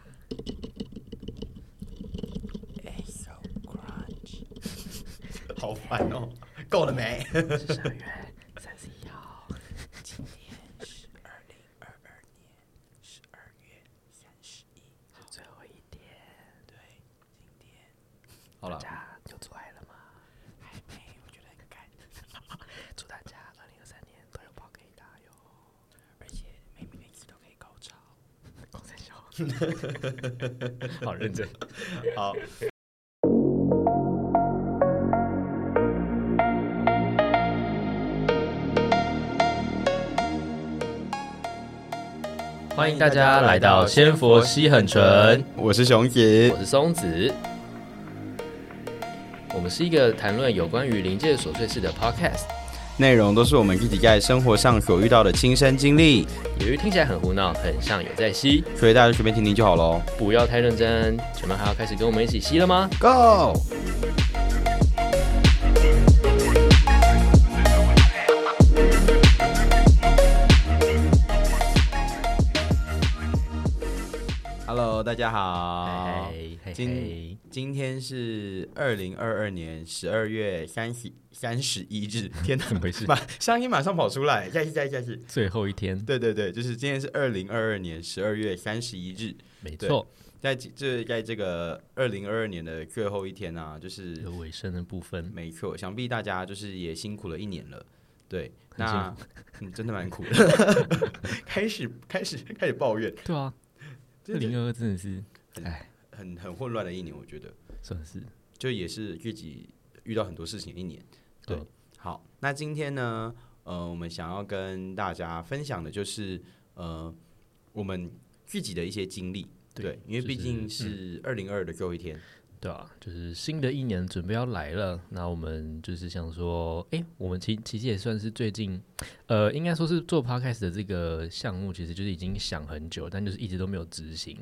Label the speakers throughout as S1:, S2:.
S1: 好烦哦！够了 没？
S2: 十二月三十一号，今年是二零二二年十二月三十一，是最后一天。对，今天
S3: 好了
S2: 大，家有做爱了吗？还没，我觉得很干。祝大家二零二三年都有炮可以打哟，而且每每次都可以高潮。高三小，
S3: 好认真。
S1: 好，
S3: 欢迎大家来到仙佛西很纯，
S1: 我是熊子
S3: 我。是松子。我们是一个谈论有关于临界琐碎事的 podcast，
S1: 内容都是我们自己在生活上所遇到的亲身经历，
S3: 由于听起来很胡闹，很像有在吸，
S1: 所以大家随便听听就好喽。
S3: 不要太认真。你们还要开始跟我们一起吸了吗？
S1: Go！Hello，大家好。
S3: 嘿嘿
S1: 今
S3: 嘿
S1: 今天是二零二二年十二月三十三十一日，天哪，
S3: 怎么回事
S1: 马声音马上跑出来，下一次，下一次，下一次。
S3: 最后一天，
S1: 对对对，就是今天是二零二二年十二月三十一日，
S3: 没
S1: 对
S3: 错，
S1: 在这在这个二零二二年的最后一天啊，就是
S3: 有尾声的部分，
S1: 没错，想必大家就是也辛苦了一年了。对，
S3: 很
S1: 那嗯，真的蛮苦的。开始开始开始抱怨，
S3: 对啊，
S1: 这
S3: 这零二二真的是，哎，
S1: 很很混乱的一年，我觉得
S3: 算是
S1: 就也是自己遇到很多事情的一
S3: 嗯
S1: 年。对，
S3: 对
S1: 好，那今天呢，呃，我们想要跟大家分享的就是呃，我们自己的一些经历。
S3: 对
S1: 对，因为
S3: 就
S1: 毕
S3: 是嗯
S1: 竟是二零二的最后一天，
S3: 对啊，就是新的一年准备要来了，那我们就是想说，诶，我们其其实也算是最近，呃，应该说是做 podcast 的这个项目，其实就是已经想很久，但就是一直都没有执行。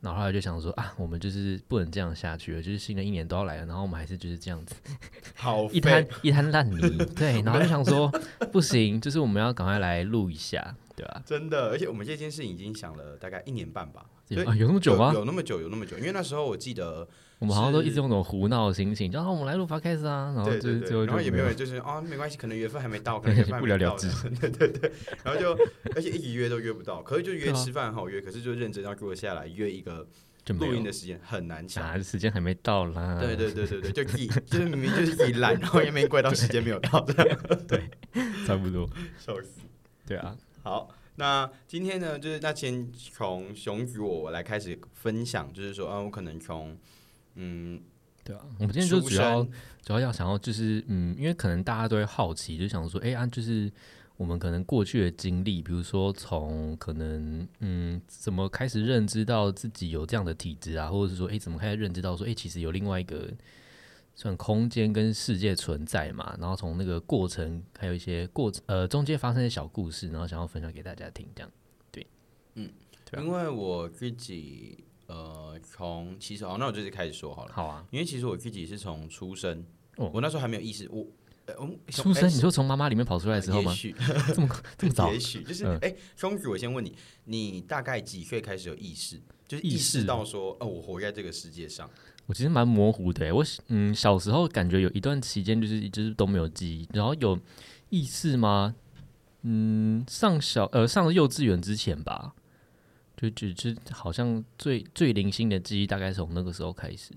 S3: 然后后来就想说啊，我们就是不能这样下去了，就是新的一年都要来了，然后我们还是就是这样子
S1: 好
S3: 一
S1: 废
S3: 滩一滩烂泥，对，然后就想说不行，就是我们要赶快来录一下，对吧、
S1: 真的，而且我们这件事已经想了大概一年半吧，对
S3: 有啊，有那么久吗
S1: 有？有那么久，有那么久，因为那时候我记得，
S3: 我们好像都一直用那种胡闹的心情，就啊，我们来录 podcast 啊，然后
S1: 对
S3: 就是
S1: 对
S3: 最后
S1: 对，然
S3: 就
S1: 后也没有
S3: 有
S1: 人就是啊，没关系，可能缘分还没 到，可能缘分还没
S3: 不了了
S1: 到
S3: 之，
S1: 对对对，然 后就而且一直约都约不到，可是就约
S3: 对啊
S1: 吃饭很好约，可是就认真要给我下来约一个
S3: 就没
S1: 录
S3: 有
S1: 音的时间很难抢。
S3: 啥啊时间还没到啦？
S1: 对对对对对，
S3: 啊
S1: 就自己就是明明就是自己懒，然后也没怪到时间没有到，这样
S3: 差不多。
S1: 笑死。
S3: 对啊，
S1: 好，那今天呢，就是那先从熊举我来开始分享，就是说，啊，我可能从嗯
S3: 对啊，我们今天就
S1: 出
S3: 主要
S1: 生
S3: 主要要想要就是嗯，因为可能大家都会好奇，就想说，哎、啊，就是我们可能过去的经历，比如说从可能嗯，怎么开始认知到自己有这样的体质啊，或者是说，哎、怎么开始认知到说，哎、其实有另外一个。算空间跟世界存在嘛，然后从那个过程，还有一些过呃中间发生的小故事，然后想要分享给大家听，这样。对啊
S1: 因为我自己呃，从其实哦，那我就是开始说好了，
S3: 好啊，
S1: 因为其实我自己是从出生，
S3: 哦
S1: 我那时候还没有意识，我呃，我
S3: 出生你
S1: 说
S3: 说从妈妈里面跑出来之后吗
S1: 也？许
S3: 这么这 么早
S1: 也？许就是
S3: 嗯
S1: 哎，松子，我先问你，你大概几岁开始有意识？就是
S3: 意
S1: 意
S3: 识
S1: 识到说，哦，我活在这个世界上，
S3: 我其实蛮模糊的欸，我嗯小时候感觉有一段期间就是就是都没有记忆，然后有意识吗？嗯，上小呃上幼稚园之前吧，就只是好像最最零星的记忆大概从那个时候开始，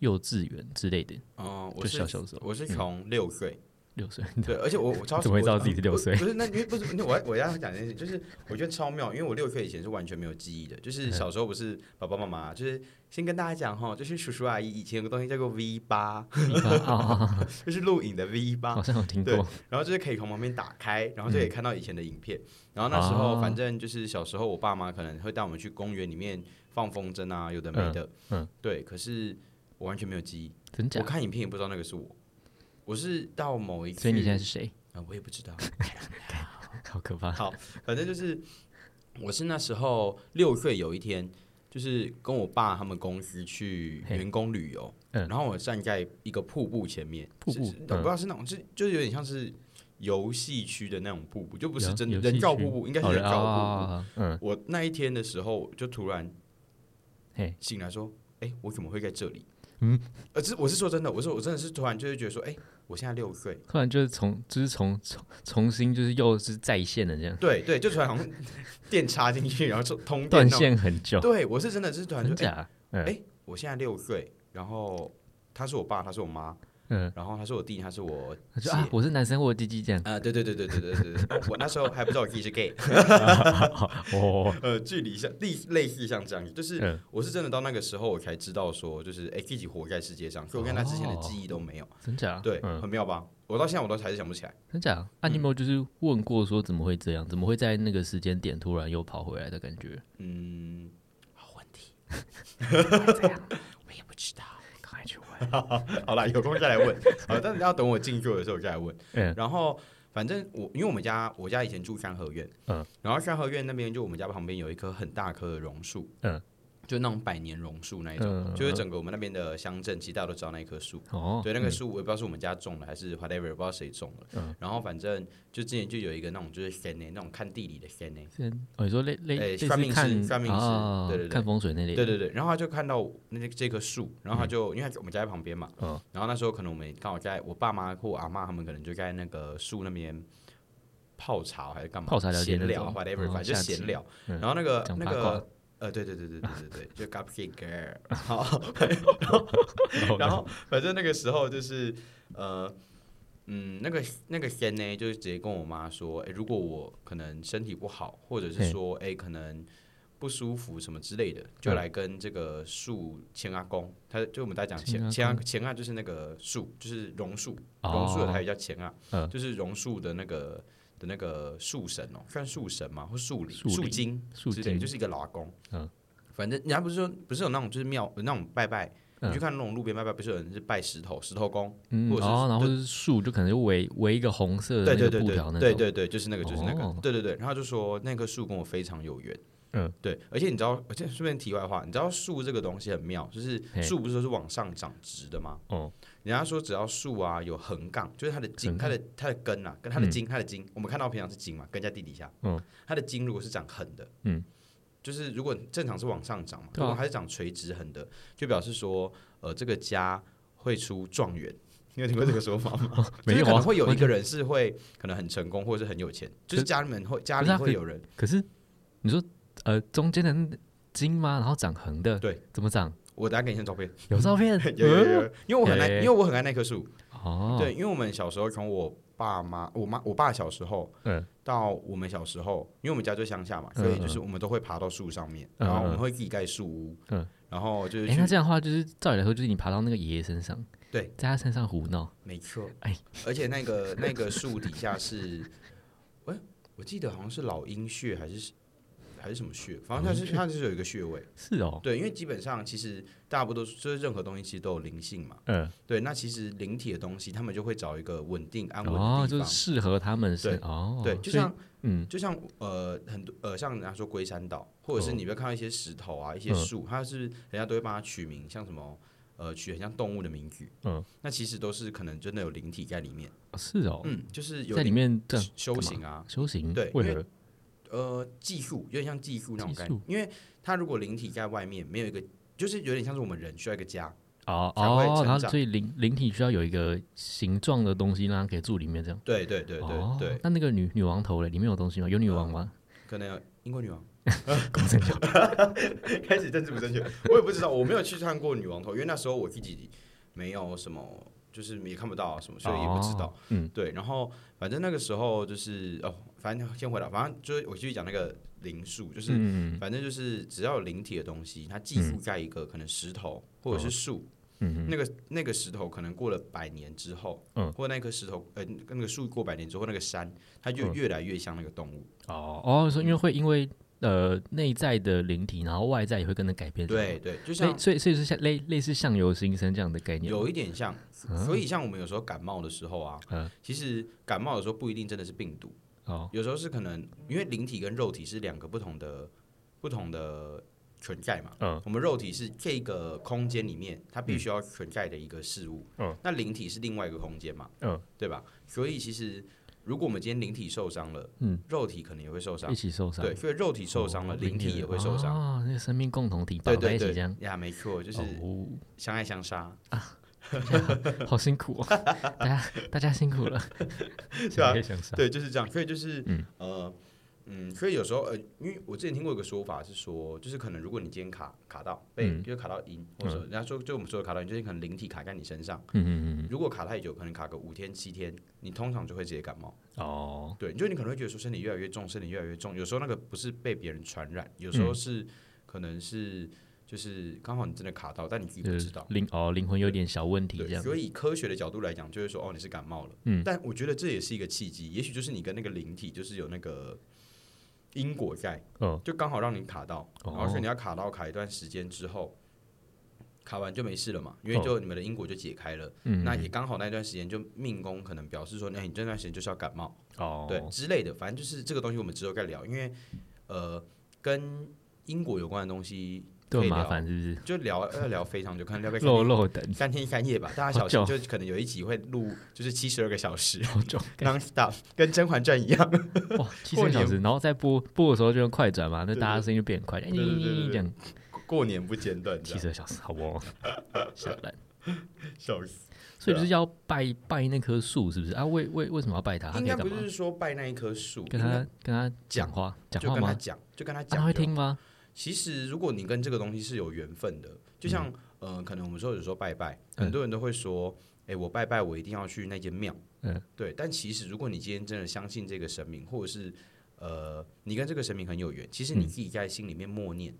S3: 幼稚园之类的，
S1: 嗯，我
S3: 就是小小时候
S1: 我是从六岁，
S3: 六岁。
S1: 对，而且我我超
S3: 怎么会知道
S1: 我
S3: 自己是六岁
S1: 我不是那因为不是，那我要我要讲一件事，就是我觉得超妙，因为我六岁以前是完全没有记忆的，
S3: 嗯
S1: 就是小时候不是爸爸妈妈，就是先跟大家讲哈，就是叔叔阿姨以前有个东西叫做 V 八，
S3: 啊啊
S1: 就是录影的 V
S3: 啊！
S1: 八
S3: 好，像有听
S1: 对
S3: 过，
S1: 然后就是可以从旁边打开，然后就可以看到以前的影片。然后那时候
S3: 啊
S1: 反正就是小时候，我爸妈可能会带我们去公园里面放风筝啊，有的没的，
S3: 嗯嗯
S1: 对，可是我完全没有记忆，
S3: 真假
S1: 我？看影片也不知道那个是我。我是到某一次，
S3: 所以你现在是谁？
S1: 啊、我也不知道，
S3: 好可怕！
S1: 好，反正就是我是那时候六岁有一天，就是跟我爸他们公司去
S3: 嘿
S1: 员工旅游，
S3: 嗯
S1: 然后我站在一个瀑布前面，
S3: 瀑
S1: 是
S3: 布嗯
S1: 是我不知道是那种，是就是有点像是游戏区的那种瀑布，就不是
S3: 有
S1: 真
S3: 游
S1: 的
S3: 戏
S1: 人造
S3: 区
S1: 瀑布，应该是
S3: 哦
S1: 人
S3: 啊
S1: 造瀑布。
S3: 啊啊嗯，
S1: 我那一天的时候，就突然
S3: 嘿，
S1: 醒来说：“哎、我怎么会在这里？”
S3: 嗯，
S1: 呃，这我是说真的，我说我真的是突然就是觉得说，哎、我现在六岁，
S3: 突然就是从就是从重重新就是又是再现了这样，
S1: 对对，就突然好像电插进去，然后就通电
S3: 断
S1: 那种。
S3: 线很久，
S1: 对，我是真的是突然
S3: 哦真
S1: 就，哎、
S3: 假？嗯
S1: 哎我现在六岁，然后他是我爸，他是我妈，
S3: 嗯，
S1: 然后他是我弟，他是我
S3: 他
S1: 姐
S3: 说。啊，我是男生，我有鸡鸡 这样，
S1: 啊、对对对对对对对对，我那时候还不知道我自己是 gay，
S3: 哦，
S1: 呃，距离像类类似像这样，就是
S3: 嗯，
S1: 我是真的到那个时候，我才知道说，就是哎、自己活在世界上，所以我跟他之前的记忆都没有。
S3: 真假？
S1: 对，
S3: 嗯，
S1: 很妙嗯吧？我到现在我都还是想不起来。
S3: 真假？啊，你有没有就是问过说怎么会这样？怎么会在那个时间点突然又跑回来的感觉？
S1: 嗯，
S2: 好问题，怎么会这样？我也不知道，赶快去问。
S1: 好啦，有空再来问。好，但是要等我进入的时候再来问。
S3: 嗯
S1: 然后反正我因为我们家我家以前住三合院，
S3: 嗯，
S1: 然后三合院那边就我们家旁边有一棵很大棵的榕树，
S3: 嗯，
S1: 就那种百年榕树那一种，
S3: 嗯，
S1: 就是整个我们那边的乡镇其实大家都知道那一棵树。
S3: 哦，
S1: 对，那个
S3: 嗯
S1: 树我也不知道是我们家种的还是 whatever，不知道谁种的。
S3: 嗯
S1: 然后反正就之前就有一个那种就是仙呢，那种看地理的仙呢。
S3: 之前哦，你说类类
S1: 哎
S3: 类似
S1: 算命师
S3: 看
S1: 算命师
S3: 啊
S1: 对对对
S3: 看风水那类，
S1: 对，对对，然后他就看到那个这棵树，然后他就、因为我们家在旁边嘛，
S3: 嗯
S1: 然后那时候可能我们刚好在我爸妈或我阿妈他们可能就在那个树那边泡茶还是干嘛，
S3: 泡茶聊天
S1: 闲
S3: 那
S1: 聊
S3: 种
S1: whatever，、
S3: 嗯
S1: 反正就
S3: 下棋
S1: 闲聊。
S3: 嗯
S1: 然后那个
S3: 讲
S1: 那
S3: 八卦
S1: 个呃，对对对对对对对，就 cupcake girl，好，然后反正那个时候就是呃。嗯，那个那个先呢，就是直接跟我妈说，哎、如果我可能身体不好，或者
S3: 嘿
S1: 是说，哎、可能不舒服什么之类的，就
S3: 嗯
S1: 来跟这个树前阿公，他就我们大家讲
S3: 前阿
S1: 前前阿
S3: 公
S1: 前阿就是那个树，就是榕树，
S3: 哦
S1: 榕树的台语叫前啊，
S3: 嗯
S1: 就是榕树的那个的那个树神哦，算树神嘛，或树灵、
S3: 树灵
S1: 树精
S3: 树
S1: 之类的，
S3: 精
S1: 就是一个老阿公。
S3: 嗯，
S1: 反正人家不是说不是有那种就是庙有那种拜拜，
S3: 嗯
S1: 你去看那种路边拜拜，不是有人是拜石头石头公，
S3: 嗯，
S1: 或者是
S3: 哦，然后就是树就可能就围围一个红色的
S1: 对
S3: 那
S1: 对
S3: 个
S1: 对
S3: 布
S1: 对
S3: 条那种，
S1: 对对对，就是那个就是那
S3: 哦
S1: 个，对对对。然后就说那棵树跟我非常有缘。
S3: 嗯，
S1: 对，而且你知道，而且顺便题外话，你知道树这个东西很妙，就是
S3: 嘿
S1: 树不是说是往上长直的吗？
S3: 哦，
S1: 人家说只要树啊有横杠，就是它的茎、
S3: 横
S1: 它
S3: 杠
S1: 的它的根啊，跟它的
S3: 嗯
S1: 茎、它的茎，我们看到平常是茎嘛，根在地底下。
S3: 嗯，
S1: 它的茎如果是长横的，
S3: 嗯，
S1: 就是如果正常是往上长嘛，
S3: 对啊
S1: 如果它是长垂直横的，就表示说，呃，这个家会出状元。你有听过这个说法吗？
S3: 没有
S1: 就是可
S3: 啊
S1: 能，会有一个人是会可能很成功，或者是很有钱，就是家里面会家里
S3: 可是他可
S1: 会
S3: 以
S1: 有人
S3: 可是你说呃中间的那茎吗？然后长横的，
S1: 对，
S3: 怎么长？
S1: 我等下给你看 照片，
S3: 有照片
S1: ，有有有，有因为我很爱，
S3: 嗯哎
S1: 因为我很爱那棵树。
S3: 哦，
S1: 对，，因为我们小时候从我爸妈、我妈、我爸小时候，
S3: 嗯，
S1: 到我们小时候，因为我们家就乡下嘛，所以就是我们都会爬到树上面，然后我们会自己盖树屋，
S3: 嗯，
S1: 然后就是
S3: 哎，那
S1: 去，
S3: 这样的话就是照理来说，就是你爬到那个爷爷身上，
S1: 对，
S3: 在他身上胡闹，
S1: 没错，
S3: 哎，
S1: 而且那个那个树底下是，喂，我记得好像是老鹰穴还是还是什么穴，反正它是它是有一个穴位，
S3: 是哦，
S1: 对，因为基本上其实大部都是就是任何东西其实都有灵性嘛，
S3: 嗯，
S1: 对，那其实灵体的东西他们就会找一个稳定安稳的地方，
S3: 哦，就是适合他们是
S1: 对
S3: 哦，
S1: 对，
S3: 所
S1: 就
S3: 以
S1: 像
S3: 嗯，
S1: 就像呃很多呃像人家说龟山岛，或者是
S3: 哦
S1: 你会看到一些石头啊、一些
S3: 嗯
S1: 树，它是人家都会帮它取名，像什么呃取很像动物的名字，
S3: 嗯，
S1: 那其实都是可能真的有灵体在里面，
S3: 哦是哦，
S1: 嗯，就是有
S3: 在里
S1: 灵
S3: 面这样
S1: 修
S3: 干嘛
S1: 行啊，
S3: 修行，
S1: 对
S3: 为
S1: 因
S3: 何？
S1: 呃技术有点像技术那种
S3: 技
S1: 概
S3: 术
S1: 念，因为它如果灵体在外面没有一个，就是有点像是我们人需要一个家，
S3: 哦
S1: 才会
S3: 哦，
S1: 成
S3: 然后
S1: 长
S3: 所以灵灵体需要有一个形状的东西，让它可以住里面这样。
S1: 对对对
S3: 哦
S1: 对嗯对，
S3: 那那个女女王头嘞，里面有东西吗？有女王吗？
S1: 可能有英国 女王
S3: 公正小
S1: 开始政治不正确，我也不知道，我没有去看过女王头，因为那时候我自己没有什么。就是也看不到啊什么，所以也不知道。。
S3: 哦嗯，
S1: 对，然后反正那个时候就是哦，反正先回答，反正就是我继续讲那个灵数，就是、
S3: 嗯
S1: 反正就是只要有灵体的东西，它寄附在一个可能石头或者是树，
S3: 嗯
S1: 那个那个石头可能过了百年之后，
S3: 嗯
S1: 或那棵石头呃那个树过百年之后，那个山它就
S3: 嗯
S1: 越来越像那个动物，
S3: 哦哦，说因为会因为呃内在的灵体，然后外在也会跟着改变。
S1: 对，对，就
S3: 所以
S1: 像
S3: 所以所以是像类类似相由心生这样的概念。
S1: 有一点像，所以像我们有时候感冒的时候啊，
S3: 嗯
S1: 其实感冒的时候不一定真的是病毒，
S3: 哦，
S1: 有时候是可能因为灵体跟肉体是两个不同的不同的存在嘛。
S3: 嗯，
S1: 我们肉体是这个空间里面它必须要存在的一个事物。
S3: 嗯，
S1: 那灵体是另外一个空间嘛。
S3: 嗯，
S1: 对吧？所以其实。如果我们今天灵体受伤了，
S3: 嗯，
S1: 肉体可能也会受伤
S3: 一，起受伤，哦
S1: 对，所以肉体受伤了，灵体也会受伤。
S3: 啊，那个生命共同体绑
S1: 对
S3: 在
S1: 对
S3: 一起
S1: 对
S3: 这样，，
S1: 呀，没错，就是
S3: 哦，
S1: 相爱相杀，
S3: 好辛苦哦，大家大家辛苦 了，
S1: 对啊
S3: 想也想杀，
S1: 对，就是这样。所以就是，
S3: 嗯
S1: 呃，嗯，所以有时候，呃，因为我之前听过一个说法是说，就是可能如果你今天卡卡到被，
S3: 嗯
S1: 就是卡到音，或者说人家说就我们说的卡到音，就是可能灵体卡在你身上，
S3: 嗯嗯嗯
S1: 如果卡太久，可能卡个五天七天，你通常就会直接感冒。
S3: 嗯，哦，
S1: 对，就你可能会觉得说身体越来越重，身体越来越重。有时候那个不是被别人传染，有
S3: 嗯
S1: 时候是、可能是就是刚好你真的卡到，但你自己不
S3: 就
S1: 知
S3: 是
S1: 道。
S3: 灵哦灵魂有点小问题这
S1: 对，
S3: 样，
S1: 所以科学的角度来讲，就会说哦，你是感冒了。
S3: 嗯
S1: 但我觉得这也是一个契机，也许就是你跟那个灵体就是有那个因果在，
S3: 哦
S1: 就刚好让你卡到，
S3: 哦
S1: 然后所以你要卡到卡一段时间之后，卡完就没事了嘛，因为
S3: 哦
S1: 就你们的因果就解开了。
S3: 嗯，
S1: 那
S3: 嗯
S1: 也刚好那段时间就命宫可能表示说，那哎你这段时间就是要感冒，
S3: 哦
S1: 对之类的，反正就是这个东西我们之后再聊，因为呃跟因果有关的东西
S3: 都
S1: 可以
S3: 很麻
S1: 聊
S3: 烦是不是？
S1: 就聊要聊非常久，可能聊个
S3: 肉肉 等
S1: 三天三夜吧，大家小心
S3: 好，
S1: 就可能有一集会录，就是七十二个小时
S3: 好久，
S1: non stop，跟《甄嬛传》一样。
S3: 哇，七十个小时，然后再播播的时候就用快转嘛，那大家声音就变很快，哎，你
S1: 对对
S3: 你
S1: 对
S3: 你
S1: 对
S3: 这样
S1: 过年不间断，这
S3: 七
S1: 样
S3: 十个小时，好不 好？下来，
S1: 笑死。
S3: 所以
S1: 啊
S3: 就是要拜拜那棵树，是不是啊？为为为什么要拜它？它
S1: 应
S3: 可以
S1: 该
S3: 干
S1: 不
S3: 嘛？
S1: 是说拜那一棵树，
S3: 跟
S1: 应
S3: 他
S1: 该
S3: 跟他讲话讲
S1: 就
S3: 话
S1: 跟他
S3: 吗？
S1: 讲，就跟他
S3: 啊他
S1: 讲
S3: 会
S1: 就
S3: 听
S1: 好。
S3: 吗？
S1: 其实如果你跟这个东西是有缘分的，就像呃，可能我们说有时候拜拜，
S3: 嗯
S1: 很多人都会说，哎，我拜拜，我一定要去那间庙。
S3: 嗯，
S1: 对。但其实如果你今天真的相信这个神明，或者是呃，你跟这个神明很有缘，其实你
S3: 嗯
S1: 自己在心里面默念，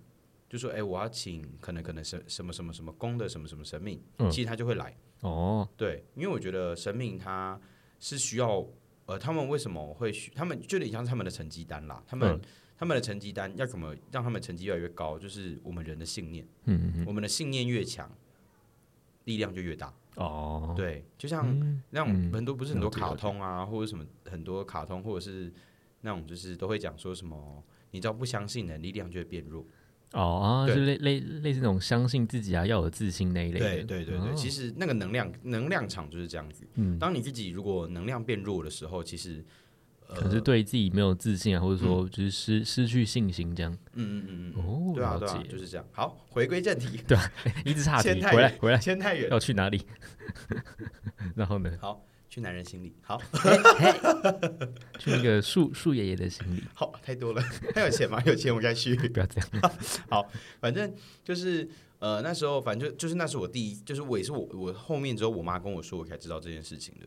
S1: 就说，哎，我要请可能可能什什么什么什么公的什么什么神明，
S3: 嗯
S1: 其实他就会来。
S3: 哦，
S1: 对，因为我觉得神明他是需要，呃，他们为什么会需，他们就有点像是他们的成绩单啦，他们、
S3: 嗯
S1: 他们的成绩单要怎么让他们成绩越来越高，就是我们人的信念，
S3: 嗯嗯嗯
S1: 我们的信念越强，力量就越大。
S3: 哦，
S1: 对，就像
S3: 嗯，
S1: 那种
S3: 嗯
S1: 很多不是很多
S3: 了解了
S1: 卡
S3: 解
S1: 通啊，或者什么很多卡通，或者是那种就是都会讲说什么，你只要不相信人，力量就会变弱。
S3: 哦啊，就
S1: 对
S3: 类类类似那种相信自己啊，要有自信那一类的。
S1: 对对对对，
S3: 哦
S1: 其实那个能量能量场就是这样子。
S3: 嗯，
S1: 当你自己如果能量变弱的时候，其实。呃
S3: 可能是对自己没有自信啊，或者说就是失失去信心这样。
S1: 嗯嗯嗯嗯，
S3: 哦，
S1: 对啊
S3: 了
S1: 对啊，
S3: 解，
S1: 就是这样。好，回归正题，
S3: 一直岔
S1: 牵
S3: 题，
S1: 太
S3: 回来
S1: 远
S3: 回来，
S1: 牵太远，
S3: 要去哪里？ 然后呢，
S1: 去男人心里。好，
S3: 去那个树树爷爷的心里，
S1: 好，太多了。还有钱吗？有钱我再去。
S3: 不要这样。
S1: 反正就是呃，那时候反正就就是那是我第一，就是我也是我我后面之后我妈跟我说，我才知道这件事情的。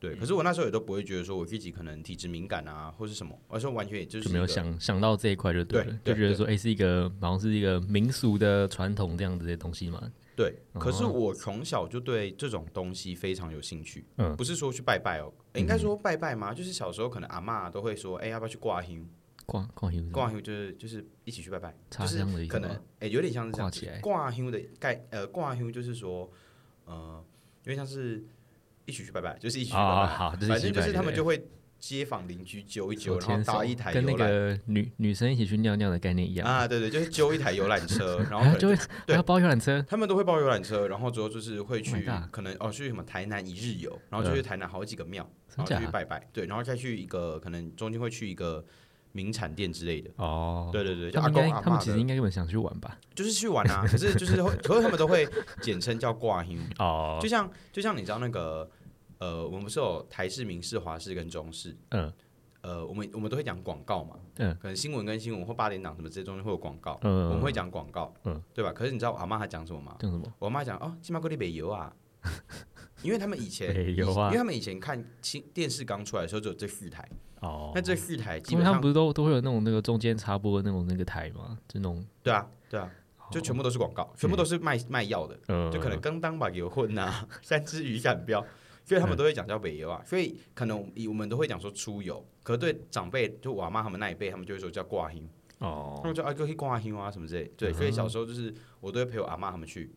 S1: 对，
S3: 嗯
S1: 可是我那时候也都不会觉得说我自己可能体质敏感啊，或是什么，而是完全也就是
S3: 就没有
S1: 一个
S3: 想想到这一块就对了，
S1: 对对
S3: 就觉得说，哎、是一个好像是一个民俗的传统这样子的东西嘛。
S1: 对，可是
S3: 哦
S1: 我从小就对这种东西非常有兴趣，
S3: 嗯
S1: 不是说去拜拜哦，诶应该说拜拜吗？就是小时候可能阿嬷都会说，哎、要不要去挂香？
S3: 挂挂油，
S1: 挂香就是就是一起去拜拜，
S3: 嗯插
S1: 就是
S3: 香的意思
S1: 可
S3: 吗
S1: 能哎、有点像是这
S3: 挂
S1: 样
S3: 起来
S1: 就是挂香的概呃挂香就是说呃有点像是一起去拜拜，就是一起去拜
S3: 啊，
S1: 拜，
S3: 好，就是一
S1: 反
S3: 起
S1: 正就是
S3: 摆
S1: 他们就
S3: 对
S1: 会街坊邻居揪一
S3: 手
S1: 揪，然后
S3: 牵手
S1: 搭一台
S3: 跟那
S1: 游览
S3: 个女女生一起去尿尿的概念一样
S1: 啊，，对对，就是揪一台游览车， 然后可
S3: 啊
S1: 能
S3: 就会还
S1: 对
S3: 要包游览车，
S1: 他们都会包游览车，然后之后就是会
S3: Oh my
S1: 去
S3: God
S1: 可能哦去什么台南一日游，然后就去台南好几个庙，
S3: 真
S1: 然后
S3: 假
S1: 就去拜拜，对，然后再去一个可能中间会去一个名产店之类的。
S3: 哦。
S1: 对对对，就
S3: 他
S1: 阿
S3: 们
S1: 公
S3: 应
S1: 阿
S3: 该，他们
S1: 嬷
S3: 其实应
S1: 的，
S3: 该根本想去玩吧？
S1: 就是去玩啊。可是就是会，可是他们都会简称叫挂音，
S3: 哦
S1: 就，像就像你知道那个呃，我们不是有台式、明式、华式跟中式，
S3: 嗯
S1: 呃，我们我们都会讲广告嘛，
S3: 嗯
S1: 可能新闻跟新闻或八点档什么这些东西会有广告，
S3: 嗯
S1: 我们会讲广告，
S3: 嗯
S1: 对吧？可是你知道我阿妈她讲什么吗？
S3: 叫什么？
S1: 我妈讲哦，金马龟里北 油啊，因为他们以前
S3: 北邮啊
S1: 因为他们以前看新电视刚出来的时候只有这四台，
S3: 哦，
S1: 那这四台基
S3: 因为
S1: 本
S3: 他们
S1: 上
S3: 不是都都会有那种那个中间插播的那种那个台嘛，就那种
S1: 对啊对啊，
S3: 哦
S1: 就全部都是广
S3: 嗯
S1: 告，全部都是卖卖药的，
S3: 呃，
S1: 就可能跟当把油混呐， 三只雨伞标。所以他们都会讲叫北油啊，所以可能以我们都会讲说出游，可是对长辈就我阿妈他们那一辈，他们就会说叫挂音，他
S3: 哦
S1: 们，就啊就去挂音啊什么之类的。对，所以小时候就是我都会陪我阿妈他们去，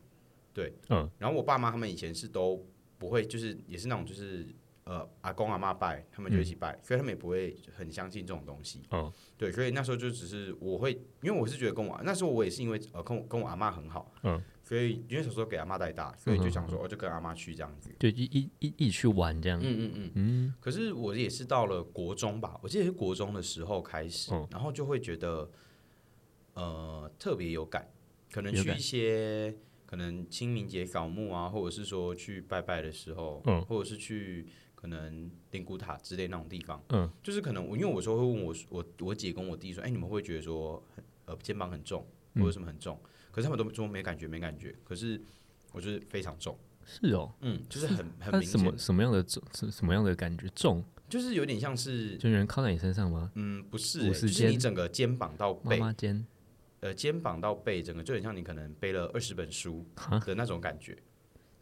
S3: 嗯
S1: 然后我爸妈他们以前是都不会，就是也是那种就是呃阿公阿妈拜，他们就一起
S3: 嗯
S1: 拜，所以他们也不会很相信这种东西。
S3: 哦，
S1: 对，所以那时候就只是我会，因为我是觉得跟我那时候我也是因为呃跟我跟我阿妈很好，
S3: 嗯，
S1: 所以因为小时候给阿妈带大，所以就想说，我、哦、就跟阿妈去这样子。
S3: 对，一一一一起去玩这样。
S1: 嗯嗯嗯嗯。可是我也是到了国中吧，我记得是国中的时候开始，
S3: 嗯
S1: 然后就会觉得，呃，特别有感。可能
S3: 有
S1: 去
S3: 感
S1: 一些可能清明节扫墓啊，或者是说去拜拜的时候，
S3: 嗯
S1: 或者是去可能灵骨塔之类那种地方，
S3: 嗯，
S1: 就是可能我因为我说会问我我我姐跟我弟说，哎、你们会觉得说很呃肩膀很重或
S3: 嗯
S1: 者什么很重，可是他们都说没感觉没感觉，可是我就是非常重，
S3: 是哦。
S1: 嗯，就是很很
S3: 它
S1: 明
S3: 什
S1: 显
S3: 么，什么样的重什什么样的感觉重？
S1: 就是有点像是
S3: 就有人靠在你身上吗？
S1: 嗯不是、
S3: 股
S1: 欸
S3: 市
S1: 就是你
S3: 肩
S1: 整个肩膀到
S3: 妈
S1: 背，
S3: 妈肩
S1: 呃肩膀到背整个就很像你可能背了二十本书的那种感觉。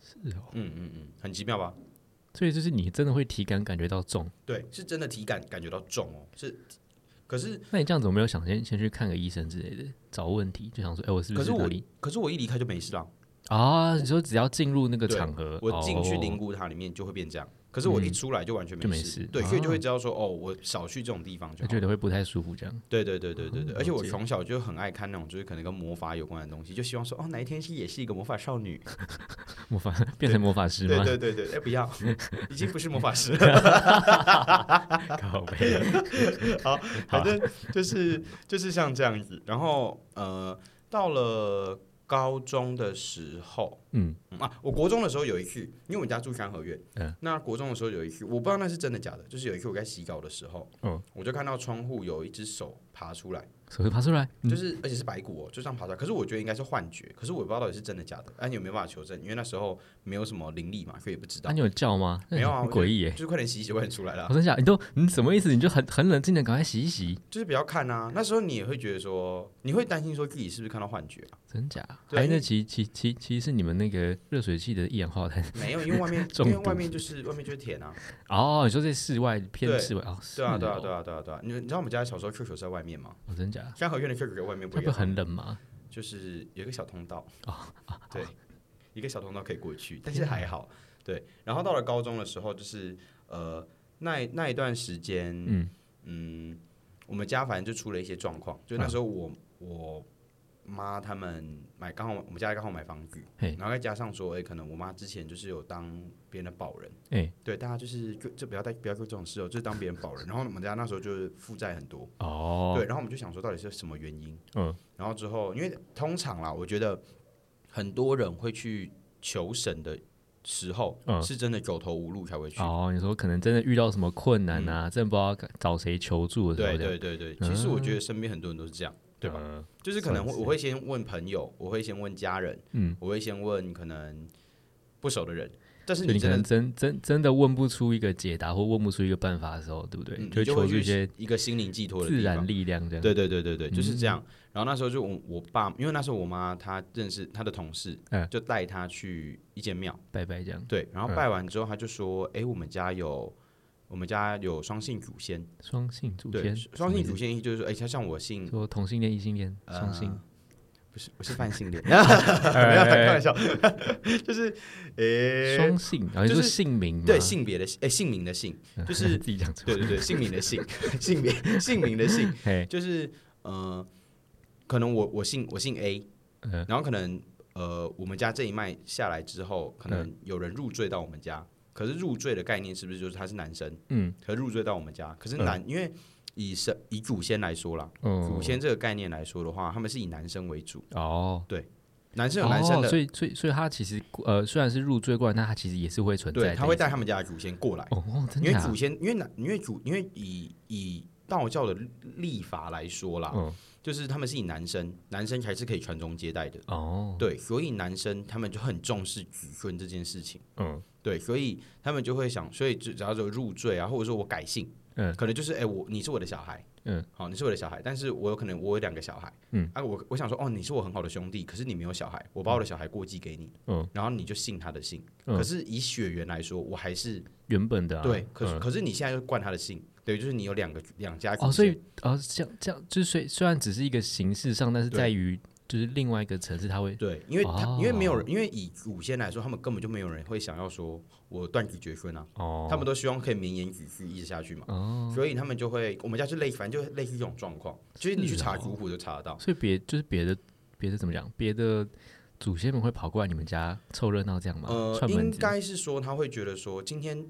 S3: 是哦，
S1: 嗯嗯嗯，很奇妙吧？
S3: 所以就是你真的会体感感觉到重。
S1: 对，是真的体感感觉到重哦，是。可是
S3: 那你这样子有没有想先先去看个医生之类的，找问题？就想说，哎、我是不
S1: 可是
S3: 哪
S1: 我
S3: 里
S1: 可是我一离开就没事了，
S3: 啊？你说只要进入那个
S1: 对
S3: 场合，
S1: 我进去灵
S3: 哦、
S1: 骨塔里面就会变这样。可是我一出来就完全
S3: 嗯就
S1: 没
S3: 没
S1: 事，
S3: 事
S1: 对，所以就会
S3: 啊
S1: 知道说，哦，我少去这种地方就
S3: 我
S1: 好
S3: 觉。得会不太舒服这 样。
S1: 对对对对对对，而且我
S3: 啊解
S1: 从小就很爱看那种就是可能跟魔法有关的东西，就希望说，哦，哪一天是也是一个魔法少女。
S3: 魔法变成魔法师
S1: 对
S3: 吗？
S1: 对对对，哎，不 要，已经不是魔法师了。
S3: 靠背
S1: 反正就是就是像这样子。然后呃，到了高中的时候，
S3: 嗯
S1: 嗯啊，我国中的时候有一次，因为我们家住三合院，
S3: 嗯
S1: 那国中的时候有一次，我不知道那是真的假的，就是有一次我在洗稿的时候，
S3: 嗯
S1: 我就看到窗户有一只手爬出来，
S3: 手会爬出来，嗯
S1: 就是而且是白骨哦，就这样爬出来。可是我觉得应该是幻觉，可是我也不知道到底是真的假的，哎、你有没有办法求证？因为那时候没有什么灵力嘛，所以也不知
S3: 那、
S1: 道
S3: 你。有叫吗？
S1: 没有啊，
S3: 很
S1: 我就
S3: 诡异耶！
S1: 就是快点洗一洗，快点出来啦
S3: 我。真想，你都你什么意思？你就很很冷静的赶快洗一洗，
S1: 就是不要看啊。那时候你也会觉得说，你会担心说自己是不是看到幻觉啊？
S3: 真假？
S1: 对
S3: 还
S1: 因为
S3: 那其其其其实是你们那个热水器的一氧化碳
S1: 没有，因为外面因
S3: 中毒
S1: 为外面就是外面就是田啊。
S3: 哦，你说在室外
S1: 对
S3: 偏室外哦，
S1: 对啊，对啊，
S3: 是哦
S1: 对，啊，对啊，对啊。你你知道我们家小时候厕所是在外面吗？
S3: 哦，真假？
S1: 三合院的厕所在外面不
S3: 它
S1: 一
S3: 不
S1: 样，
S3: 很冷吗？
S1: 就是有一个小通道
S3: 哦
S1: 对，一个小通道可以过去，但是还好。对，然后到了高中的时候，就是呃，那那一段时间，
S3: 嗯
S1: 嗯，我们家反正就出了一些状况，就
S3: 啊
S1: 那时候我、我妈他们买刚好我们家刚好买房子，
S3: 嘿
S1: 然后再加上说，哎、可能我妈之前就是有当别人的保人，
S3: 哎、
S1: 对，大家就是就就不要再不要做这种事哦，就是当别人保人。然后我们家那时候就是负债很多，
S3: 哦
S1: 对，，然后我们就想说到底是什么原因，
S3: 嗯，
S1: 然后之后因为通常啦，我觉得很多人会去求神的时候，
S3: 嗯
S1: 是真的走投无路才会去，
S3: 哦，你说可能真的遇到什么困难啊，真的不知道该找谁求助的时
S1: 嗯对
S3: 候这样，
S1: 对对对，其实我觉得身边很多人都是这样，对吧？
S3: 嗯
S1: 就是可能
S3: 算
S1: 会
S3: 是
S1: 我会先问朋友，我会先问家人，
S3: 嗯，
S1: 我会先问可能不熟的人，但是
S3: 就
S1: 你
S3: 你可
S1: 真
S3: 能
S1: 的。
S3: 真真真的问不出一个解答或问不出一个办法的时候，对不对？
S1: 嗯你
S3: 就
S1: 就
S3: 求
S1: 会
S3: 助一些
S1: 去一个心灵寄托的
S3: 自
S1: 地
S3: 然
S1: 方，
S3: 力嗯量这样。
S1: 对对对对对，就是这样。然后那时候就我我爸，因为那时候我妈她认识她的同事
S3: 嗯，
S1: 就带她去一间庙，
S3: 拜拜这样，
S1: 对，然后
S3: 嗯
S1: 拜完之后，她就说：“哎，我们家有我们家有双性祖先，
S3: 双性祖
S1: 对，
S3: 先，
S1: 双性
S3: 什么
S1: 祖
S3: 意
S1: 先就是说，哎，像像我姓
S3: 思，说同性恋、异性恋、
S1: 呃
S3: 双性，
S1: 不是我是 泛性 恋，没有开玩笑，就是诶
S3: 双性，然后你
S1: 就
S3: 说
S1: 是
S3: 姓名吗
S1: 对性别的哎姓名的姓，
S3: 嗯
S1: 就 是
S3: 自己讲出
S1: 对对对姓名的姓，性别姓名的姓，
S3: 嘿，
S1: 就是呃，可能我我姓我姓 A，、
S3: 嗯
S1: 然后可能呃，我们家这一脉下来之后，可
S3: 嗯
S1: 能有人入赘到我们家，可是入赘的概念是不是就是他是男生，
S3: 嗯，
S1: 可入赘到我们家，可是男、因为以神以祖先来说啦，
S3: 哦
S1: 祖先这个概念来说的话，他们是以男生为主，
S3: 哦，
S1: 男生有男生的，
S3: 哦所以所以所以他其实呃，虽然是入赘过来，但他其实也是会存在
S1: 对，
S3: 的。
S1: 他会带他们家的祖先过来，
S3: 哦哦，真
S1: 因为
S3: 假？
S1: 祖先因为男因为祖因为以以道教的历法来说啦，
S3: 嗯
S1: 就是他们是以男生，男生才是可以传宗接代的。
S3: 哦，
S1: 对，所以男生他们就很重视子孙这件事情。
S3: 嗯
S1: 对，所以他们就会想，所以只只要有入赘啊，或者说我改姓，
S3: 嗯
S1: 可能就是哎、我你是我的小孩，
S3: 嗯，
S1: 好，你是我的小孩，但是我有可能我有两个小孩，
S3: 嗯，
S1: 啊，我我想说，哦，你是我很好的兄弟，可是你没有小孩，我把我的小孩过继给你，
S3: 嗯，
S1: 然后你就姓他的姓，
S3: 嗯
S1: 可是以血缘来说，我还是、
S3: 原本的啊
S1: 对，可是、
S3: 嗯
S1: 可是你现在就冠他的姓，对，就是你有两个两家
S3: 哦，
S1: 祖
S3: 所
S1: 先
S3: 以哦，这样这样，就是虽虽然只是一个形式上，但是
S1: 对
S3: 在于就是另外一个层次，他会
S1: 对，因为他、因为没有
S3: 哦
S1: 人，因为以祖先来说，他们根本就没有人会想要说我断子绝孙啊，
S3: 哦，
S1: 他们都希望可以绵延子嗣一直下去嘛。
S3: 哦，
S1: 所以他们就会，我们家就类，反正就类似这种状况，就是你去
S3: 是哦
S1: 查族谱就查得到。
S3: 所以别就是别的别的怎么讲，别的祖先们会跑过来你们家凑热闹这样吗？
S1: 呃，
S3: 嗯串门
S1: 应
S3: 子
S1: 该是说他会觉得说，今天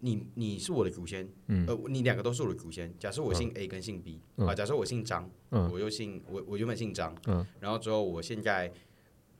S1: 你你是我的祖先，
S3: 嗯
S1: 呃，你两个都是我的祖先。假设我姓 A 跟姓 B
S3: 嗯
S1: 啊，假设我姓张，
S3: 嗯
S1: 我又姓我我原本姓张
S3: 嗯，
S1: 然后之后我现在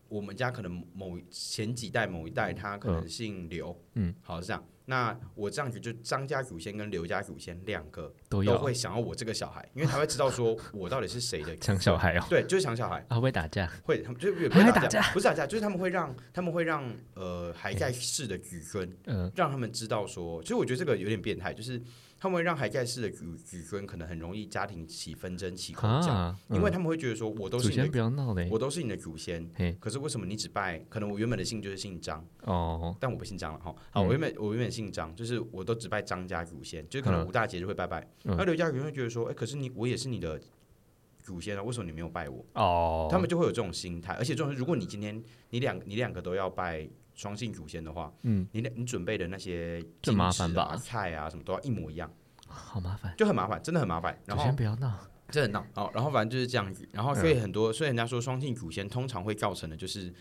S1: 我们家可能某前几代某一代他可能姓刘，
S3: 嗯，
S1: 好是这样。那我这样子就张家祖先跟刘家祖先两个
S3: 都
S1: 都
S3: 要
S1: 会想要我这个小孩，因为他会知道说我到底 是谁的
S3: 抢小孩哦，
S1: 对，就是想小孩。
S3: 啊会不会打架？
S1: 会，他们就是也不
S3: 还
S1: 会
S3: 会
S1: 打
S3: 打
S1: 不是打架，就是他们会让他们会让呃还在世的子孙，
S3: 哎嗯
S1: 让他们知道说，其实我觉得这个有点变态，就是他们会让还在世的子子孙可能很容易家庭起纷争、起口角，
S3: 啊，
S1: 因为
S3: 嗯
S1: 他们会觉得说我都
S3: 祖
S1: 是
S3: 先
S1: 你
S3: 不
S1: 的，
S3: 要闹嘞
S1: 我都是你的祖先
S3: 嘿，
S1: 可是为什么你只拜？可能我原本的姓就是姓张，
S3: 哦，
S1: 但我不姓张了哈。好，
S3: 嗯
S1: 我原本我原本姓张，就是我都只拜张家祖先，就是可能
S3: 嗯
S1: 吴大姐就会拜拜，
S3: 嗯
S1: 那刘家祖先会觉得说，哎，可是你我也是你的祖先啊，为什么你没有拜我？
S3: 哦，
S1: 他们就会有这种心态。而且，重点是，如果你今天你两你两个都要拜双姓祖先的话，
S3: 嗯，
S1: 你两你准备的那些
S3: 这
S1: 金
S3: 麻
S1: 纸
S3: 烦
S1: 啊
S3: 吧
S1: 菜啊什么都要一模一样，
S3: 好麻烦，
S1: 就很麻烦，真的很麻烦。然
S3: 祖
S1: 后
S3: 先不要闹，嗯
S1: 这很闹，好，然后反正就是这样子。然后所以很多，所以人家说双姓祖先通常会造成的就是。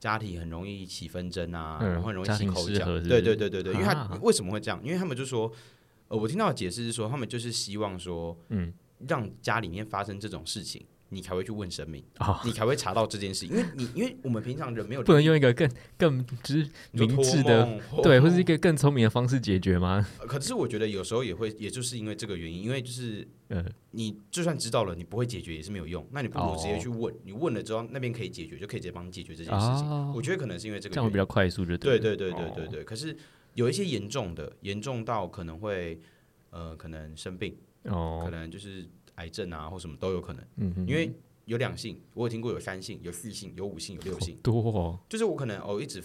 S1: 家庭很容易起纷争啊，
S3: 嗯
S1: 然后很容易
S3: 家
S1: 起
S3: 庭
S1: 口
S3: 失
S1: 角。
S3: 和是不
S1: 对
S3: 是
S1: 对对对对，因为他
S3: 啊
S1: 为什么会这样？因为他们就说，呃，我听到的解释是说，他们就是希望说，
S3: 嗯，
S1: 让家里面发生这种事情，你才会去问神明，
S3: 哦
S1: 你才会查到这件事。因为你因为我们平常人没有
S3: 不能用一个更更之
S1: 你说
S3: 明智
S1: 托
S3: 的。
S1: 梦或
S3: 对，或是一个更聪明的方式解决吗？
S1: 呃可是我觉得有时候也会，也就是因为这个原因，因为就是
S3: 嗯，
S1: 你就算知道了，你不会解决也是没有用。那你不如
S3: 哦
S1: 直接去问，你问了之后那边可以解决，就可以直接帮你解决这件事情。
S3: 哦
S1: 我，觉得可能是因为这
S3: 这
S1: 个
S3: 样会
S1: 原
S3: 比
S1: 因。
S3: 较快速，就
S1: 对
S3: 对
S1: 对对对对
S3: 哦
S1: 对。可是有一些严重的，严重到可能会呃，可能生病，可
S3: 哦，
S1: 能就是癌症啊或什么都有可能，
S3: 嗯哼，
S1: 因为。有两性，我有听过有三性、有四性、有五性、有六性，
S3: 多哦
S1: 就是我可能哦一直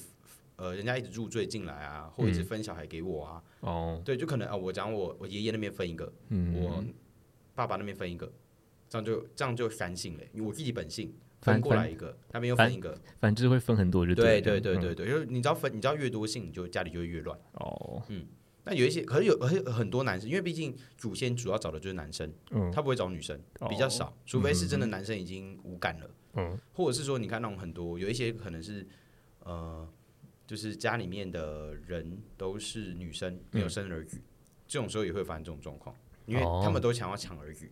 S1: 呃人家一直入赘进来啊，或一
S3: 嗯
S1: 直分小孩给我啊，
S3: 哦，
S1: 对，就可能啊、我讲我我爷爷那边分一个，
S3: 嗯，
S1: 我爸爸那边分一个，这样就这样就三姓嘞。因为我自己本姓
S3: 反
S1: 分过来
S3: 反
S1: 一个，那边又
S3: 反
S1: 分一个，
S3: 反正就是会分很多，就
S1: 对
S3: 对
S1: 对
S3: 了
S1: 对
S3: 嗯
S1: 对对，因为你知道分，你知道越多姓，你就家里就会越乱。
S3: 哦，
S1: 那有一些，可是有很很多男生，因为毕竟祖先主要找的就是男生，
S3: 嗯
S1: 他不会找女生，比较少，除非是真的男生已经无感了，
S3: 嗯，
S1: 或者是说你看那种很多有一些可能是呃，就是家里面的人都是女
S3: 嗯
S1: 生，没有生儿子，这种时候也会发生这种状况，因为
S3: 哦
S1: 他们都想要抢儿子，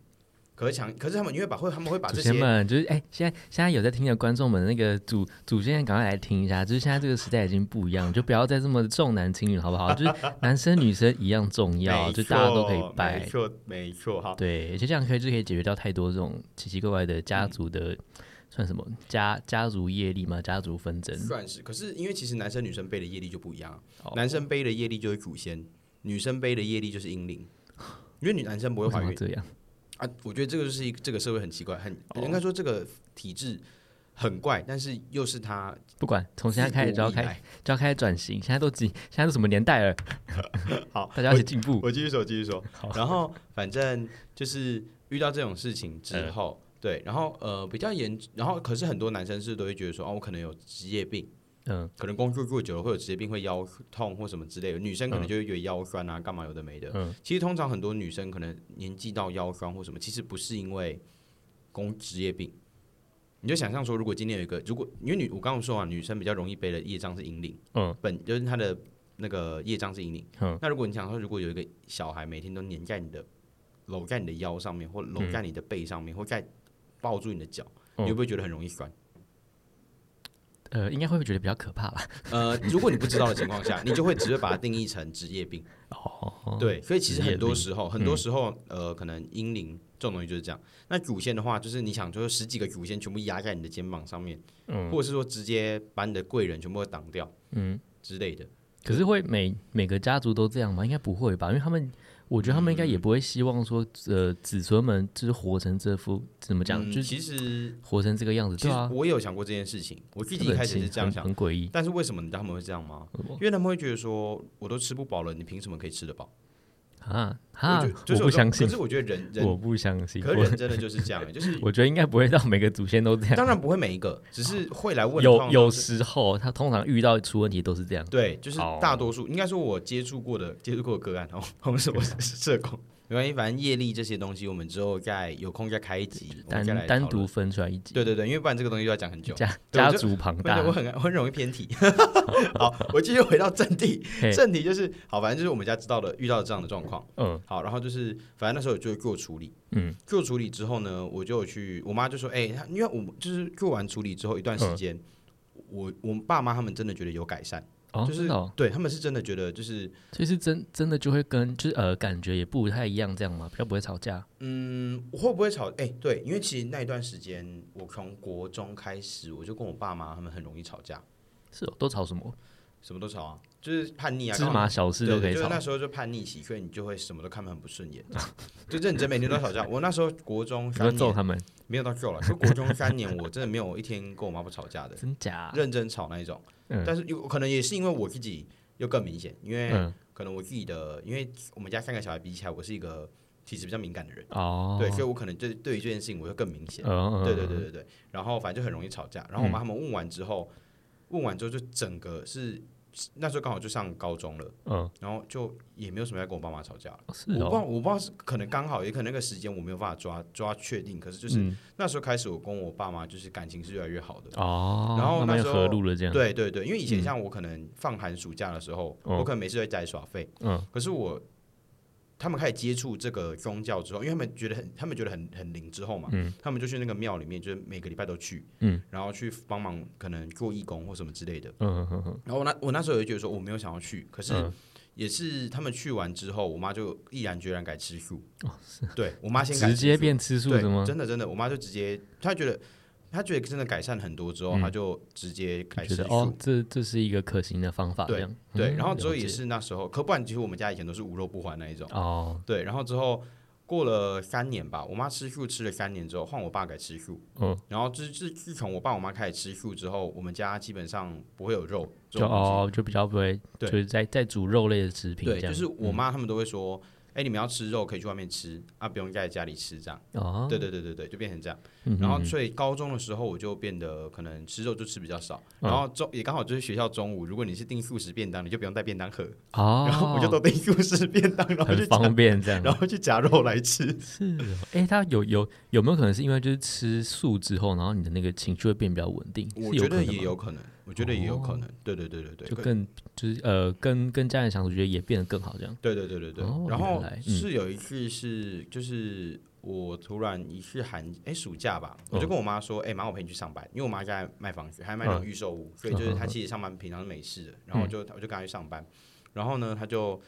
S1: 可是抢，可是他们因为把会他们会把
S3: 祖
S1: 这
S3: 先
S1: 些
S3: 们就是哎，现在现在有在听的观众们，那个祖祖先赶快来听一下，就是现在这个时代已经不一样，就不要再这么重男轻女，好不好？就是 男生女生一样重要，
S1: 没
S3: 就大家都可以
S1: 错没
S3: 拜，
S1: 错没错哈，
S3: 对，而且这样可以就可以解决掉太多这种奇奇怪怪的家族的、算什么家家族业力嘛，家族纷争。
S1: 算是，可是因为其实男生女生背的业力就不一样啊、
S3: 哦
S1: 男生背的业力就是祖先，女生背的业力就是阴灵。因为女男生不会
S3: 为什
S1: 怀
S3: 么要
S1: 孕
S3: 这样？
S1: 啊，我觉得这个就是一个这个社会很奇怪，很
S3: 哦
S1: 应该说这个体制很怪，但是又是他
S3: 不管从现在开始就要
S1: 自古以
S3: 开
S1: 来。
S3: 就要开始转型，现在都几现在都什么年代了？
S1: 好，
S3: 大家一起进步。
S1: 我继续说，继续说。然后反正就是遇到这种事情
S3: 嗯
S1: 之后，对，然后呃比较严，然后可是很多男生是都会觉得说，哦，我可能有职业病，
S3: 嗯，
S1: 可能工作做久了会有职业病，会腰痛或什么之类的。女生可能就会觉得腰酸啊，干嘛有的没的。
S3: 嗯
S1: 其实通常很多女生可能年纪到腰酸或什么，其实不是因为工职业病。你就想象说，如果今天有一个，如果因为女我刚刚说啊，女生比较容易背的业障是引领，
S3: 嗯，
S1: 本就是她的那个业障是引领。
S3: 嗯
S1: 那如果你想说，如果有一个小孩每天都粘在你的搂在你的腰上面，或搂在你的背上面，或在抱住你的脚，你
S3: 嗯
S1: 会不会觉得很容易酸？
S3: 呃，应该会觉得比较可怕吧？
S1: 呃，如果你不知道的情况下，你就会只会把它定义成职业病。
S3: 哦，
S1: 对，所以其实
S3: 职业
S1: 很多
S3: 病嗯
S1: 时候，很多时候，呃，可能阴灵这种东西就是这样。那祖先的话，就是你想，就是十几个祖先全部压在你的肩膀上面，
S3: 嗯
S1: 或者是说直接把你的贵人全部都挡掉
S3: 嗯。
S1: 之类的。
S3: 可是会每每个家族都这样吗？应该不会吧？因为他们，我觉得他们应该
S1: 嗯
S3: 也不会希望说，呃，子孙们就是活成这副怎么讲，
S1: 嗯
S3: 就是
S1: 其实
S3: 活成这个样子，
S1: 其
S3: 对
S1: 实
S3: 啊。
S1: 我也有想过这件事情，我自
S3: 这个
S1: 己一
S3: 很
S1: 开始
S3: 奇
S1: 是这样
S3: 很
S1: 想，
S3: 很诡异。
S1: 但是为什么你知道他们会这样吗？
S3: 为什么
S1: 因为他们会觉得说，我都吃不饱了，你凭什么可以吃得饱？
S3: 啊啊
S1: 我觉！就
S3: 不
S1: 是有时候
S3: 相信
S1: 可是，我觉得人
S3: 我
S1: 人，
S3: 不相信，
S1: 可是
S3: 我
S1: 人真的就是这样，欸就是
S3: 我觉得应该不会到每个祖先都这样。
S1: 当然不会每一个，只是会来问的通
S3: 有
S1: 常
S3: 有
S1: 都是
S3: 时候他通常遇到出问题都是这样。
S1: 对，就是
S3: 哦
S1: 大多数，应该说我接触过的接触过的个案，然后我们是我是社工，没关系，反正业力这些东西，我们之后再有空再开一集，我们再来
S3: 单单
S1: 讨论
S3: 独。分出来一集，
S1: 对对对，因为不然这个东西就要讲很久。
S3: 家
S1: 对我
S3: 家
S1: 就
S3: 族庞
S1: 对
S3: 大
S1: 我，很我很容易偏题。 好，我继续回到正题
S3: 嘿。
S1: 正题就是，好，反正就是我们家知道的遇到的这样的状况。
S3: 嗯
S1: 好，然后就是，反正那时候有做做处理，
S3: 嗯，
S1: 做处理之后呢，我就有去，我妈就说，哎、她因为我们就是做完处理之后一段时间，我我爸妈他们真的觉得有改善，
S3: 哦，
S1: 就是、
S3: 真的哦，
S1: 对他们是真的觉得就是，
S3: 所以是真真的就会跟就是呃感觉也不太一样这样嘛，比较不会吵架，
S1: 嗯，我会不会吵？哎、对，因为其实那一段时间，我从国中开始，我就跟我爸妈他们很容易吵架，
S3: 是哦，都吵什么
S1: 什么都吵啊，就是叛逆啊，
S3: 芝
S1: 干嘛
S3: 麻小事
S1: 对
S3: 都可以
S1: 就是
S3: 吵
S1: 那，时候就叛逆期，所以你就会什么都看得很不顺眼， 就认真每天都吵架。我那时候国中
S3: 你会
S1: 三
S3: 揍
S1: 年
S3: 他们，
S1: 没有到 够了，就国中三年我真的没有一天跟我妈不吵架的，
S3: 真假？
S1: 认真吵那一种。
S3: 嗯
S1: 但是有可能也是因为我自己又更明显，因为
S3: 嗯
S1: 可能我自己的，因为我们家三个小孩比起来，我是一个体质比较敏感的人，
S3: 哦，
S1: 对，所以我可能对对于这件事情我会更明显。
S3: 嗯，嗯嗯
S1: 对对对，对对，然后反正就很容易吵架。然后我妈他们问完之后，问完之后就整个是那时候刚好就上高中了，
S3: 嗯，
S1: 然后就也没有什么在跟我爸妈吵架了。
S3: 哦是
S1: 我不知道，
S3: 哦，
S1: 我不知道是可能刚好，也可能那个时间我没有办法抓抓确定。可是就是、
S3: 嗯
S1: 那时候开始，我跟我爸妈就是感情是越来越好的。
S3: 哦，
S1: 然后
S3: 慢慢
S1: 那
S3: 又
S1: 时候
S3: 合录了这样，，
S1: 对对对，因为以前
S3: 嗯
S1: 像我可能放寒暑假的时候，
S3: 哦
S1: 我可能没事在家里耍废。
S3: 嗯
S1: 可是我他们开始接触这个宗教之后，因为他们觉得很，他们觉得很很灵之后嘛，
S3: 嗯
S1: 他们就去那个庙里面，就是每个礼拜都去，
S3: 嗯
S1: 然后去帮忙可能做义工或什么之类的。
S3: 嗯嗯嗯
S1: 然后我那我那时候也觉得说我没有想要去，可是
S3: 嗯
S1: 也是他们去完之后，我妈就毅然决然改吃素。对我妈
S3: 嗯，
S1: 先改
S3: 哦直接
S1: 吃素
S3: 变吃素的吗
S1: 对，？真的真的，我妈就直接她觉得她觉得真的改善很多之后，
S3: 嗯
S1: 她就直接改
S3: 觉
S1: 吃
S3: 得
S1: 素。
S3: 哦，这这是一个可行的方法，
S1: 对
S3: 这样
S1: 对，
S3: 嗯
S1: 然后之后
S3: 了
S1: 也
S3: 解
S1: 是那时候，可不然其实我们家以前都是无肉不欢那一种。
S3: 哦，
S1: 对，然后之后过了三年吧，我妈吃素吃了三年之后，换我爸改吃素。
S3: 嗯，
S1: 然后自自自从我爸我妈开始吃素之后，我们家基本上不会有肉这
S3: 就
S1: 种东西。
S3: 哦，就比较不会，就
S1: 对
S3: 是在在煮肉类的食品这
S1: 对，
S3: 样，嗯
S1: 就是我妈他们都会说，哎、你们要吃肉可以去外面吃啊，不用在家里吃这样。
S3: 哦，
S1: 对对对对对，就变成这样。
S3: 嗯，
S1: 然后
S3: 嗯
S1: 所以高中的时候我就变得可能吃肉就吃比较少，
S3: 嗯
S1: 然后中也刚好就是学校中午，如果你是订素食便当，你就不用带便当 盒，
S3: 哦，
S1: 然后我就都订素食便当，然 后
S3: 很
S1: 去
S3: 方便这样。
S1: 然后去夹肉来吃。
S3: 是哦，哎，他有有有没有可能是因为就是吃素之后，然后你的那个情绪会变比较稳定？
S1: 我
S3: 是
S1: 觉
S3: 可能
S1: 得也
S3: 吗
S1: 有可能，我觉得也有可能。对对对对对，
S3: 就
S1: 可
S3: 更就是呃，跟跟家人相处，觉得也变得更好这样。
S1: 对对对对对。
S3: 哦
S1: 然后
S3: 原来嗯
S1: 是有一次是就是我突然一次寒哎暑假吧，我就
S3: 嗯
S1: 跟我妈说，哎妈，我陪你去上班，因为我妈现在卖房子，还卖那种预售屋，所以
S3: 嗯
S1: 就是她其实上班平常是没事的。然后我就我就跟她去上班，然后呢，她就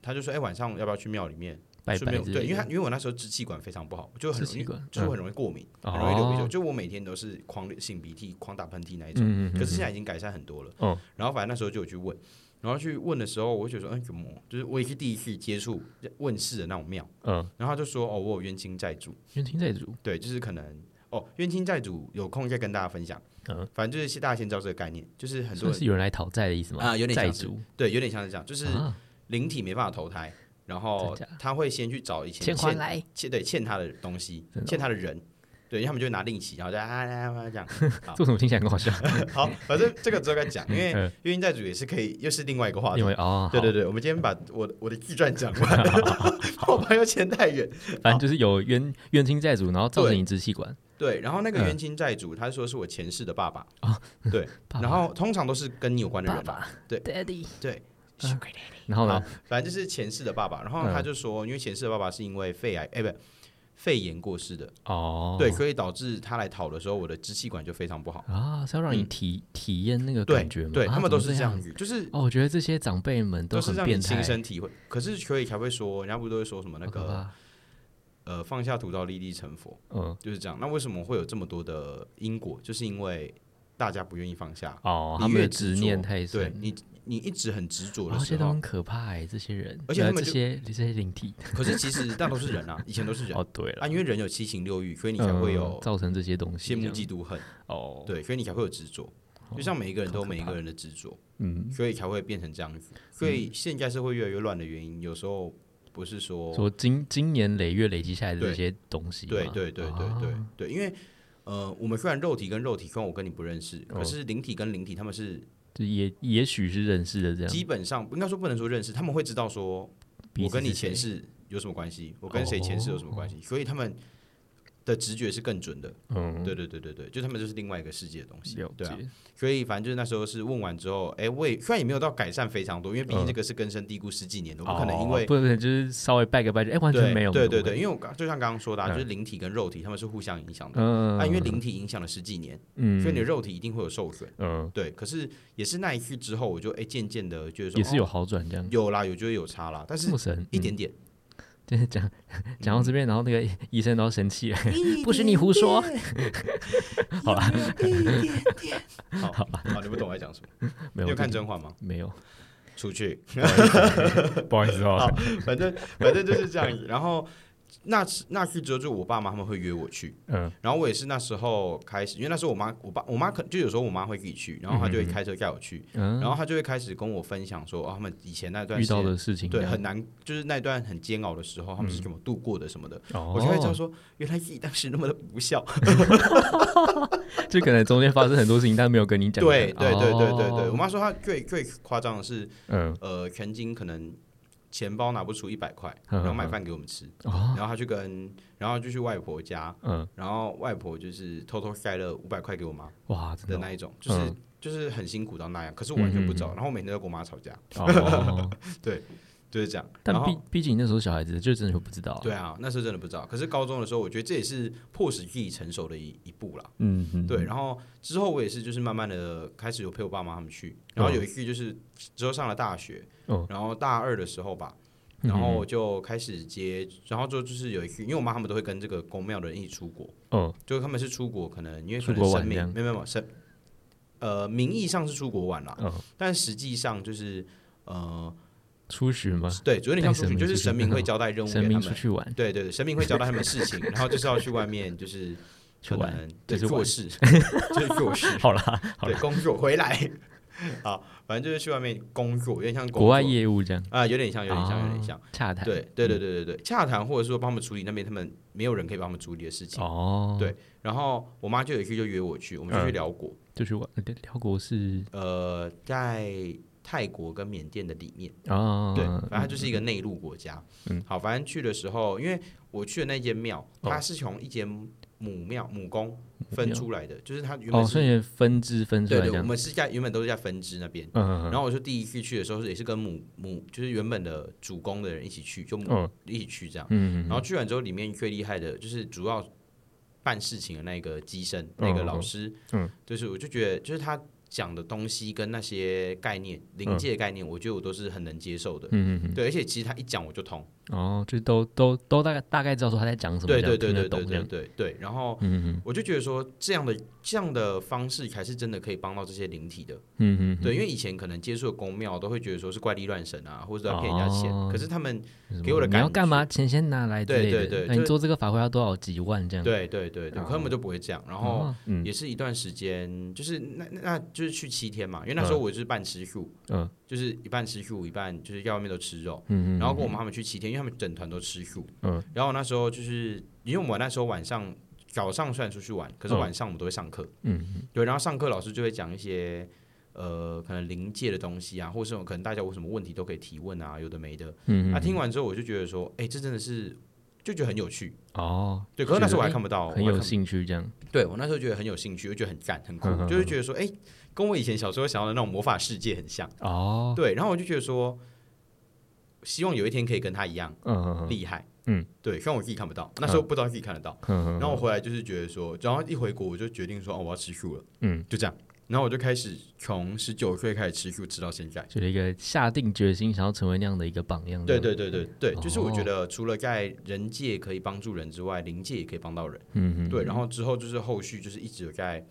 S1: 她就说，哎晚上要不要去庙里面？
S3: 拜
S1: 顺
S3: 拜
S1: 便
S3: 之
S1: 对，因
S3: 类
S1: 为她
S3: 的，
S1: 因为我那时候支气管非常不好，就很
S3: 支
S1: 容易
S3: 气管
S1: 就是
S3: 嗯
S1: 很容易过敏，
S3: 哦
S1: 很容易流鼻涕，就我每天都是狂流擤鼻涕、狂打喷嚏那一种。
S3: 嗯嗯嗯
S1: 可是现在已经改善很多了。
S3: 嗯
S1: 然后反正那时候就有去问，然后去问的时候，我就觉得说，嗯，怎么？就是我也是第一次接触问世的那种庙。
S3: 嗯，
S1: 然后他就说，哦，我有冤亲债主，
S3: 因为听在煮，
S1: 对，就是可能哦，冤亲债主有空再跟大家分享。
S3: 嗯
S1: 反正就是大家先知道这个概念，就是很多
S3: 算
S1: 人
S3: 是有人来讨债的意思吗？
S1: 啊有点
S3: 债
S1: 像是
S3: 主
S1: 对，有点像是这样，就是
S3: 啊，
S1: 灵体没办法投胎。然后
S3: 真假
S1: 他会先去找以前
S3: 钱还
S1: 欠
S3: 来，
S1: 欠对欠他的东西
S3: 真的，哦
S1: 欠他的人，对，他们就会拿令旗，然后就啊啊啊啊这样，好
S3: 做什么听起来很好 笑？
S1: 好，反正这个之后再讲，因为
S3: 嗯
S1: 冤亲债主也是可以，又是另外一个话题
S3: 因。为哦，
S1: 哎对
S3: 好
S1: 对对，我们今天把我的我的自传讲完， 我怕又牵太远。
S3: 反正就是有冤冤亲债主，然后造成
S1: 对
S3: 你支气管。
S1: 对，然后那个
S3: 嗯
S1: 冤亲债主，他说是我前世的爸爸
S3: 啊，
S1: 对，
S3: 爸爸
S1: 然后通常都是跟你有关的
S2: 爸
S1: 人啊，
S2: 爸，
S1: 对
S2: ，Daddy，
S1: 对，
S2: ，Sugar Daddy，
S3: 然后呢
S1: 好？反正就是前世的爸爸。然后
S3: 嗯
S1: 他就说，因为前世的爸爸是因为肺癌，哎，不，肺炎过世的，
S3: 哦，
S1: 对，所以导致他来讨的时候，我的支气管就非常不好。
S3: 啊，是要让你
S1: 嗯
S3: 体体验那个
S1: 对
S3: 感觉吗？
S1: 对，
S3: 啊
S1: 他们都是这。
S3: 怎
S1: 样
S3: 么
S1: 子，就是
S3: 哦，我觉得这些长辈们
S1: 都是
S3: 很
S1: 让
S3: 变
S1: 你
S3: 态，
S1: 亲身体会。可是所以才会说，人家不都会说什么那
S3: 好可
S1: 个
S3: 怕
S1: 呃，放下屠刀，立地成佛。
S3: 嗯，
S1: 就是这样。那为什么会有这么多的因果？就是因为大家不愿意放下，
S3: 哦，
S1: 你
S3: 他们
S1: 越
S3: 的
S1: 执
S3: 执
S1: 着
S3: 念太
S1: 对
S3: 深，
S1: 你，你一直很执着
S3: 哦，
S1: 的
S3: 这些
S1: 时
S3: 都
S1: 候
S3: 很，可怕哎，这些人，
S1: 而且他
S3: 呃
S1: 们
S3: 这
S1: 就
S3: 些这些灵体，
S1: 可是其实大多是 人啊，以前都是人
S3: 哦，对了
S1: 啊，因为人有七情六欲，所以你才会有
S3: 嗯造成这些东西
S1: 羡
S3: 这
S1: 慕、
S3: 样，
S1: 嫉妒、恨，
S3: 哦，，
S1: 对，所以你才会有执着。就像每一个人都有每一个人的执着，
S3: 嗯，
S1: 所以才会变成这样子。所以现在社会越来越乱的原因，有时候不是说
S3: 说今今年累月累积下来的
S1: 对
S3: 这些东西嘛，
S1: 哦对对对对对
S3: 啊
S1: 对，因为呃，我们虽然肉体跟肉体，虽然我跟你不认识，
S3: 哦
S1: 可是灵体跟灵体他们是
S3: 就也也许是认识的这
S1: 基
S3: 样，
S1: 本上应该说不能说认识，他们会知道说
S3: 彼
S1: 我
S3: 此
S1: 跟你
S3: 是谁哦
S1: 前世有什么关系？我跟谁前世有什么关系？所以他们的直觉是更准的。
S3: 嗯，
S1: 对对对对对，就他们就是另外一个世界的东西
S3: 了。
S1: 对啊，
S3: 解，
S1: 所以反正就是那时候是问完之后，哎、我也虽然也没有到改善非常多，因为毕竟
S3: 嗯
S1: 这个是根深蒂固十几年的，啊我
S3: 哦
S1: 不可能因为、
S3: 不能就是稍微拜个拜就哎完全
S1: 对
S3: 没有，
S1: 对对
S3: 没有
S1: 对，因为我刚就像刚刚说的、
S3: 嗯
S1: 啊，就是灵体跟肉体他们是互相影响的。
S3: 嗯，
S1: 啊，因为灵体影响了十几年，
S3: 嗯，
S1: 所以你的肉体一定会有受损。
S3: 嗯
S1: 对，可是也是那一次之后，我就哎渐渐的觉得说
S3: 也是
S1: 哦
S3: 有好转这样，
S1: 有啦，有觉得有差啦，但
S3: 这
S1: 是
S3: 么神，
S1: 一
S3: 嗯
S1: 点点。
S3: 就是讲讲到这边，然后那个 医生都生气了， 不许你
S1: 一
S3: 胡说
S1: 点点，
S3: 好 啦，
S1: 好，好，你不懂我在讲什么。
S3: 没
S1: 你
S3: 有
S1: 有看
S3: 这个
S1: 甄嬛吗？
S3: 没有，
S1: 出去，
S3: 不好意思哦
S1: 好，反正反正就是这样子。然后那次那次之后，就我爸妈他们会约我去，
S3: 嗯
S1: 然后我也是那时候开始，因为那时候我妈我爸我妈可就有时候我妈会自己去，然后她就会开车带我去，
S3: 嗯，
S1: 然后她就会开始跟我分享说，哦，他们以前那段
S3: 遇
S1: 时间
S3: 到的嗯事情
S1: 对
S3: 这样
S1: 很难，就是那段很煎熬的时候，他们是怎么度过的什么的，
S3: 哦，
S1: 我就会知道说，原来自己当时那么的 不孝。
S3: 就可能中间发生很多事情，但没有跟你讲。
S1: 对对对对对对，我
S3: 哦
S1: 妈说她最最夸张的是，
S3: 嗯，
S1: 呃，曾经可能钱包拿不出一百块，
S3: 嗯
S1: 然后
S3: 嗯
S1: 买
S3: 嗯
S1: 饭给我们吃，
S3: 哦，
S1: 然后她去跟，然后就去外婆家，
S3: 嗯，
S1: 然后外婆就是偷偷塞了五百块给我妈
S3: 哇，真
S1: 的
S3: 的
S1: 那一种，就是
S3: 嗯
S1: 就是很辛苦到那样，可是我完全不知
S3: 嗯
S1: 道，
S3: 嗯嗯
S1: 然后我每天都跟我妈吵架，
S3: 哦哦，
S1: 就是这样。然
S3: 但
S1: 后
S3: 毕毕竟那时候小孩子就真的会不知道。
S1: 对，啊，那时候真的不知道。可是高中的时候，我觉得这也是迫使自己成熟的一一步啦。
S3: 嗯嗯，
S1: 对，然后之后我也是就是慢慢的开始有陪我爸妈他们去，然后有一次就是之后上了大学，
S3: 嗯
S1: 然后大二的时候吧，
S3: 嗯
S1: 然后就开始接，然后就就是有一次，因为我妈他们都会跟这个公庙的人一起出国，
S3: 嗯
S1: 就他们是出国，可能因为可
S3: 出
S1: 能
S3: 国玩
S1: 生命
S3: 这样
S1: 没有没有没有生，呃，名义上是出国玩啦，
S3: 嗯，
S1: 但实际上就是呃，
S3: 出巡嘛，
S1: 对，就有点像出
S3: 带神
S1: 去，
S3: 明
S1: 就是
S3: 出去
S1: 神明会交代任务
S3: 神
S1: 给
S3: 明
S1: 他
S3: 出
S1: 们。
S3: 去玩，
S1: 对对对，神明会交代他们事情，然后就是要去外面，就是
S3: 去
S1: 可
S3: 玩
S1: 能
S3: 就
S1: 对
S3: 是玩
S1: 做事，就是做事，
S3: 好啦，好
S1: 对，
S3: 啦，
S1: 工作回来， 好，反正就是去外面工作，有点像工作
S3: 国外业务这样，
S1: 啊、有点像，有点像，有点
S3: 哦嗯
S1: 像。，
S3: 洽谈。
S1: 对，对，对，对，对，对，洽谈或者说帮他们处理那边他们没有人可以帮他们处理的事情。
S3: 哦，
S1: 对，然后我妈就有一次就约我去，我们就去
S3: 嗯
S1: 辽国，
S3: 就去玩。对辽国是
S1: 呃，在泰国跟缅甸的里面，
S3: 啊，
S1: 对，反正它就是一个内陆国家。
S3: 嗯，
S1: 好，反正去的时候，因为我去的那间庙，
S3: 哦
S1: 它是从一间母庙母宫分
S3: 庙
S1: 出来的，就是它原
S3: 哦，
S1: 本
S3: 所
S1: 是。
S3: 以分支分出
S1: 对
S3: 来
S1: 对，
S3: 这
S1: 我
S3: 样。
S1: 们是在原本都是在分支那边，
S3: 嗯，
S1: 然后我就第一次去的时候，也是跟母母就是原本的主攻的人一起去，就母、
S3: 嗯
S1: 一起去这样。
S3: 嗯，
S1: 然后去完之后，里面最厉害的就是主要办事情的那个机身，那个老师，
S3: 嗯嗯
S1: 就是我就觉得就是他讲的东西跟那些概念、临界概念，我觉得我都是很能接受的。
S3: 嗯嗯
S1: 对，而且其实他一讲我就通，
S3: 嗯，哦，就都都都大概大概知道说他在讲什么，
S1: 对
S3: 这样
S1: 对对
S3: 听得
S1: 对
S3: 懂
S1: 对
S3: 这
S1: 对
S3: 样。
S1: 对对。然后
S3: 嗯嗯
S1: 我就觉得说，这样的这样的方式才是真的可以帮到这些灵体的。
S3: 嗯嗯，
S1: 对，因为以前可能接触的公庙都会觉得说是怪力乱神啊，或者是要骗人家钱，
S3: 哦
S1: 可是他们
S3: 什
S1: 给
S3: 么
S1: 我的
S3: 你要
S1: 感
S3: 干嘛？
S1: 觉
S3: 钱先拿来之
S1: 对
S3: 类的。
S1: 对对
S3: 那你
S1: 就
S3: 做这个法会要多少几万这样？
S1: 对对对对，
S3: 哦
S1: 可他们就不会这样。然后
S3: 哦，嗯
S1: 也是一段时间，就是那那那就是去七天嘛，因为那时候我就是半吃素，
S3: 嗯
S1: 就是一半吃素，一半就是要外面都吃肉。
S3: 嗯嗯，
S1: 然后跟我妈他们去七天，因为他们整团都吃素。
S3: 嗯，
S1: 然后那时候就是因为我们那时候晚上早上虽然出去玩，可是
S3: 嗯
S1: 晚上我们都会上课。
S3: 嗯
S1: 对，然后上课老师就会讲一些呃可能临界的东西啊，或是可能大家有什么问题都可以提问啊，有的没的。
S3: 嗯
S1: 那、听完之后我就觉得说，哎、这真的是就觉得很有趣。
S3: 哦，
S1: 对，可是那时候我还
S3: 觉得
S1: 看不到，
S3: 很
S1: 我还
S3: 有
S1: 看不
S3: 兴趣这样。
S1: 对我那时候觉得很有兴趣，我觉得很赞，很酷
S3: 嗯嗯，嗯
S1: 就是觉得说，哎、跟我以前小时候想要的那种魔法世界很像。
S3: 哦，
S1: 对，然后我就觉得说，希望有一天可以跟他一样
S3: 嗯嗯嗯
S1: 厉害。
S3: 嗯，
S1: 对，虽然我自己看不到，那时候不知道自己看得到。
S3: 嗯，
S1: 然后我回来就是觉得说，然后一回国我就决定说，哦，我要吃素了。
S3: 嗯，
S1: 就这样。然后我就开始从十九岁开始吃素，吃到现在。
S3: 就是一个下定决心想要成为那样的一个榜样。
S1: 对对对对对，就是
S3: 嗯
S1: 我
S3: 哦
S1: 觉得除了在人界可以帮助人之外，灵界也可以帮到人。
S3: 嗯嗯，
S1: 对，然后之后就是后续就是一直有在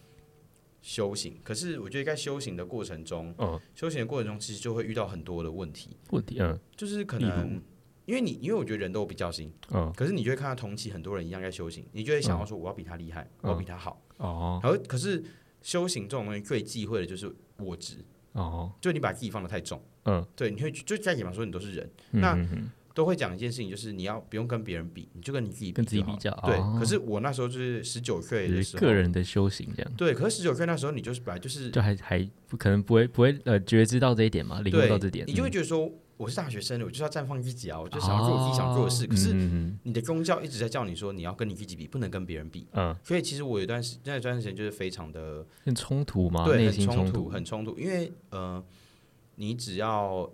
S1: 修行，可是我觉得在修行的过程中，
S3: 嗯
S1: 修行的过程中其实就会遇到很多的问题，
S3: 问题嗯
S1: 就是可
S3: 例如
S1: 能因为你因为我觉得人都有比较心，
S3: 嗯
S1: 可是你就会看到同期很多人一样在修行，你就会想要说我要比他厉害，我要比他好，
S3: 哦
S1: 然后可是修行这种东西最忌讳的就是我执，
S3: 哦
S1: 就你把自己放得太重，
S3: 嗯，
S1: 对，你会就再怎么说你都是人，都会讲一件事情，就是你要不用跟别人比，你就跟你自己比
S3: 跟自己
S1: 就好
S3: 比较
S1: 对，
S3: 哦
S1: 可是我那时候就是十九岁
S3: 就
S1: 的
S3: 是
S1: 时候，
S3: 个人的修行这样。
S1: 对，可是十九岁那时候你就是本来就是
S3: 就还还不可能不会不会呃觉知到这一点嘛，领悟
S1: 对
S3: 到这点，
S1: 你就会
S3: 嗯哦
S1: 觉得说，我是大学生，我就是要绽放自己啊！我就想要做我自己想做的事。可是
S3: 嗯
S1: 你的宗教一直在叫你说你要跟你自己比，不能跟别人比。
S3: 嗯，
S1: 所以其实我有一段时那段时间就是非常的
S3: 很冲突吗？
S1: 对，
S3: 啊内
S1: 很
S3: 心
S1: 冲
S3: 突，
S1: 很冲突。因为呃，你只要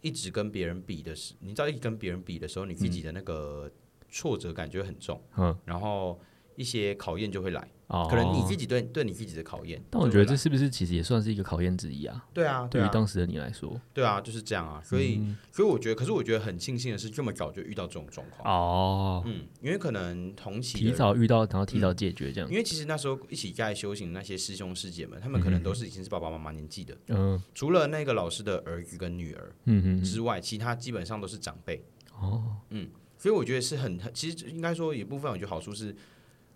S1: 一直跟别人比的时，你知道一直跟别人比的时候，你自己的那个挫折感觉很重，
S3: 嗯，
S1: 然后一些考验就会来，
S3: 哦，
S1: 可能你自己对对你自己的考验就会来。
S3: 但我觉得这是不是其实也算是一个考验之一啊？
S1: 对啊，对
S3: 对于
S1: 啊，
S3: 当时的你来说，
S1: 对啊，就是这样啊。所以
S3: 嗯
S1: 所以我觉得，可是我觉得很庆幸的是，这么早就遇到这种状况。
S3: 哦，
S1: 嗯，因为可能同期的
S3: 提早遇到，然后提早解决这样
S1: 嗯因，为其实那时候一起在修行的那些师兄师姐们，他们可能都是已经是爸爸妈妈年纪的，
S3: 嗯
S1: 除了那个老师的儿子跟女儿
S3: 嗯嗯，
S1: 之外，其他基本上都是长辈。嗯
S3: 哦，
S1: 所以我觉得是很，很其实应该说一部分，我觉得好处是，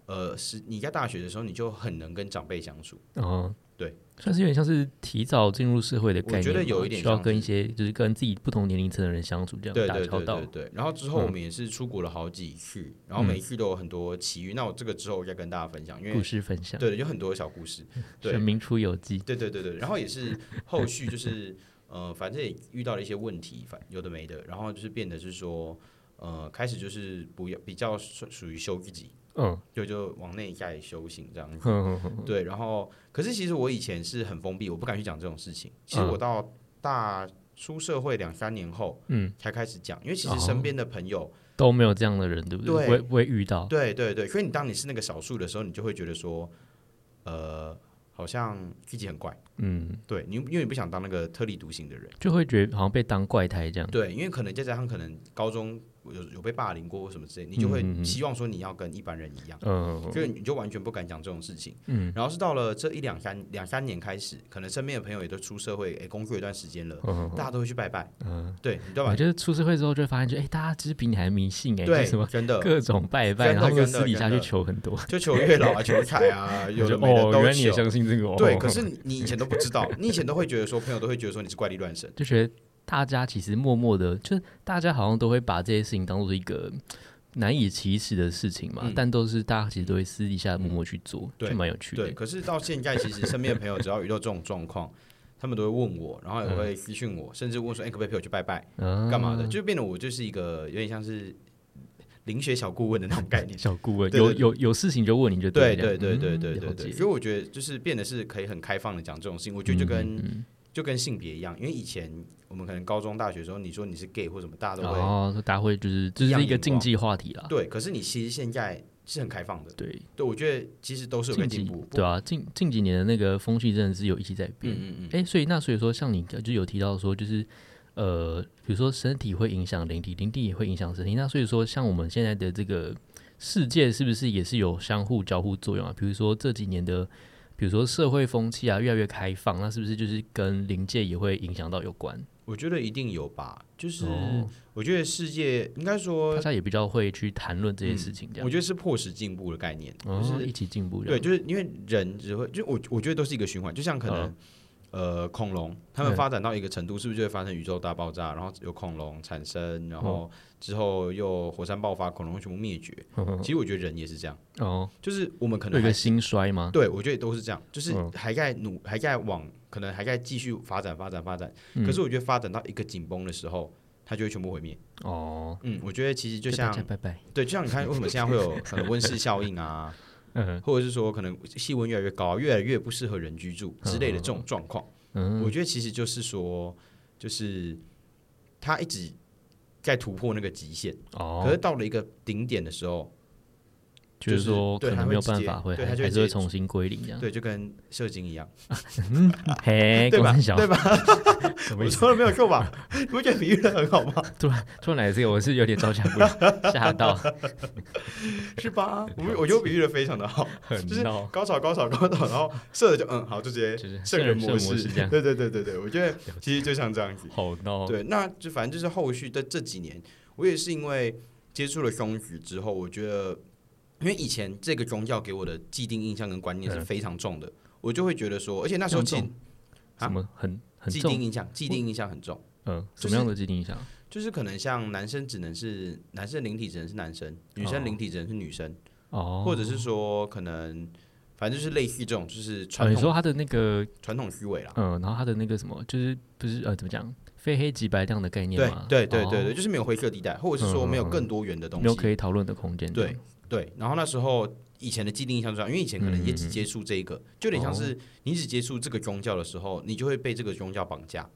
S1: 呃，是你在大学的时候你就很能跟长辈相处。
S3: 哦，
S1: 对，
S3: 算是有点像是提早进入社会的概念嘛，
S1: 我觉得有一点
S3: 需要
S1: 像
S3: 跟
S1: 是
S3: 一些就是跟自己不同年龄层的人相处，这样
S1: 对
S3: 打
S1: 对
S3: 交
S1: 对
S3: 道嗯
S1: 对。对。然后之后我们也是出国了好几次，然后每一次都有很多奇遇。那我这个之后再跟大家分享，因
S3: 故
S1: 为
S3: 事分享，
S1: 对有很多小故事。对
S3: 神明出游记，
S1: 对对对对，然后也是后续就是呃，反正也遇到了一些问题，反有的没的，然后就是变得是说呃，开始就是不要比较属属于修自己，
S3: 嗯，
S1: 就就往内在修行这样子。
S3: 哼哼哼
S1: 对，然后可是其实我以前是很封闭，我不敢去讲这种事情。其实我到大出社会两三年后，
S3: 嗯，
S1: 才开始讲，因为其实身边的朋友，
S3: 都没有这样的人，对不
S1: 对
S3: 不会不会遇到，
S1: 对对对，所以你当你是那个少数的时候，你就会觉得说，呃，好像自己很怪，
S3: 嗯，
S1: 对你，因为你不想当那个特立独行的人。
S3: 就会觉得好像被当怪胎这样。
S1: 对，因为可能再加上可能高中有有被霸凌过或什么之类，你就会
S3: 嗯嗯嗯
S1: 希望说你要跟一般人一样，
S3: 嗯
S1: 所以你就完全不敢讲这种事情。
S3: 嗯
S1: 然后是到了这一两三两三年开始，可能身边的朋友也都出社会，诶，工作一段时间了，
S3: 嗯
S1: 大家都会去拜拜，
S3: 嗯，
S1: 对，你知道
S3: 我
S1: 吧？
S3: 觉得出社会之后就会发现，就哎、大家其实比你还迷信哎、就什
S1: 对，
S3: 么
S1: 真的
S3: 各种拜拜，
S1: 真的
S3: 然后就
S1: 真的
S3: 私底下去
S1: 真的
S3: 求很多。
S1: 就求月老啊、求财啊，有
S3: 就
S1: 的没的
S3: 哦，原
S1: 都
S3: 来你也
S1: 求。
S3: 相信这个哦。
S1: 对，可是你你以前都不知道，你以前都会觉得说朋友都会觉得说你是怪力乱神，
S3: 就觉得大家其实默默的，就是大家好像都会把这些事情当做一个嗯难以启齿的事情嘛，
S1: 嗯
S3: 但都是大家其实都会私底下默默去做，
S1: 对
S3: 就蛮有趣的
S1: 对，。可是到现在，其实身边的朋友只要遇到这种状况，他们都会问我，然后也会私讯我，甚至问说：“哎、可不可以陪我去拜拜？
S3: 嗯
S1: 干嘛的？”就变得我就是一个有点像是灵学小顾问的那 种概念。
S3: 小顾问
S1: 对
S3: 有
S1: 对
S3: 有有事情就问你就
S1: 对
S3: 了这
S1: 对
S3: 样
S1: 对对
S3: 嗯
S1: 对对
S3: 了
S1: 对，
S3: 解
S1: 所以我觉得就是变得是可以很开放的讲这种事情。我觉得就跟、
S3: 嗯嗯
S1: 就跟性别一样，因为以前我们可能高中、大学的时候，你说你是 gay 或什么，大
S3: 嗯
S1: 家都会、
S3: 然后大家会就是这
S1: 异样
S3: 是一个
S1: 眼
S3: 竞
S1: 光
S3: 技话题啦。
S1: 对。可是你其实现在是很开放的，
S3: 对，
S1: 对我觉得其实都是有在
S3: 近
S1: 进
S3: 几
S1: 步。
S3: 对啊，近近几年的那个风气真的是有一起在变。
S1: 嗯嗯嗯，
S3: 哎、所以那所以说，像你就有提到说，就是呃，比如说身体会影响灵体，灵体也会影响身体。那所以说，像我们现在的这个世界，是不是也是有相互交互作用啊？比如说这几年的，比如说社会风气啊，越来越开放，那是不是就是跟灵界也会影响到有关？
S1: 我觉得一定有吧，就是、
S3: 哦
S1: 我觉得世界应该说
S3: 大，家也比较会去谈论这些事情，这样、
S1: 嗯我觉得是迫使进步的概念，
S3: 哦
S1: 就是、
S3: 一起进步这
S1: 对，
S3: 样。
S1: 就是因为人只会就我我觉得都是一个循环，就像可能、呃恐龙，他们
S3: 嗯
S1: 发展到一个程度，是不是就会发生宇宙大爆炸，然后有恐龙产生，然后
S3: 嗯
S1: 之后又火山爆发，恐龙会全部灭绝。其实我觉得人也是这样，
S3: 哦，
S1: 就是我们可
S3: 嗯有
S1: 能
S3: 一个
S1: 还
S3: 兴衰吗？
S1: 对，我觉得都是这样，就是
S3: 嗯
S1: 还在努，还在往，可能还在继续发展、发展、发展。
S3: 嗯
S1: 可是我觉得发展到一个紧绷的时候，它就会全部毁灭。
S3: 哦，
S1: 嗯，我觉得其实就
S3: 跟大
S1: 像
S3: 家拜拜。
S1: 对，就像你看，为什么现在会 有可能温室效应啊，
S3: 嗯
S1: 或者是说可能气温越来越高，越来越不适合人居住之类的这种状况，
S3: 嗯
S1: 我觉得其实就是说，就是它一直在突破那个极限，可是
S3: 哦，
S1: 到了一个顶点的时候，
S3: 就
S1: 就是是
S3: 说
S1: 对
S3: 可
S1: 它
S3: 能
S1: 会
S3: 没有
S1: 直
S3: 办
S1: 接
S3: 法，会
S1: 对
S3: 还
S1: 它就
S3: 还
S1: 会
S3: 是会
S1: 直接
S3: 重新归零这样。
S1: 对，就跟射精一样，
S3: 嘿，
S1: 对
S3: 高
S1: 吧？
S3: 三小
S1: 对吧？
S3: 什么
S1: 我
S3: 意思？
S1: 说的没有错吧？你不觉得比喻的很好吗？
S3: 突然 突然来这个，我是有点招架 不了，吓到，
S1: 是吧？我我觉得我比喻的非常的好，
S3: 很
S1: 就是
S3: 闹。
S1: 高潮高潮高潮，然后射了就嗯 好，就直
S3: 就是
S1: 接
S3: 圣
S1: 圣
S3: 人
S1: 人
S3: 模
S1: 模
S3: 式
S1: 式
S3: 这样
S1: 对对对对对，我觉得其实就像这样子。
S3: 好闹，
S1: 对，那就反正就是后续的这几年，我也是因为接触了宗旨之后，我觉得，因为以前这个宗教给我的既定印象跟观念是
S3: 嗯
S1: 非常重的，我就会觉得说，而且那时候其
S3: 这
S1: 实
S3: 样什么很很
S1: 啊既定
S3: 重，
S1: 印象，既定印象很重，
S3: 嗯，
S1: 就
S3: 什
S1: 是
S3: 么样的既定印象？
S1: 就是可能像男生只能是男生灵体只能是男生，女生灵体只能是女生，
S3: 哦，
S1: 或者是说可能反正就是类似这种，就是
S3: 呃，
S1: 传
S3: 你说
S1: 统
S3: 他的那个，
S1: 传统虚伪啦。
S3: 嗯、然后他的那个什么，就是不是呃，怎么讲，非黑即白这样的概念
S1: 对
S3: 嘛？
S1: 对对对
S3: 哦嗯
S1: 对，就是没有灰色地带，或者是说没有更多元的东
S3: 没有
S1: 西。
S3: 可以讨论的空间。
S1: 对，对，然后那时候以前的既定印象是这样，因为以前可能也
S3: 嗯
S1: 只接触这一个，就有点像
S3: 哦
S1: 是你只接触这个宗教的时候，你就会被这个宗教绑架，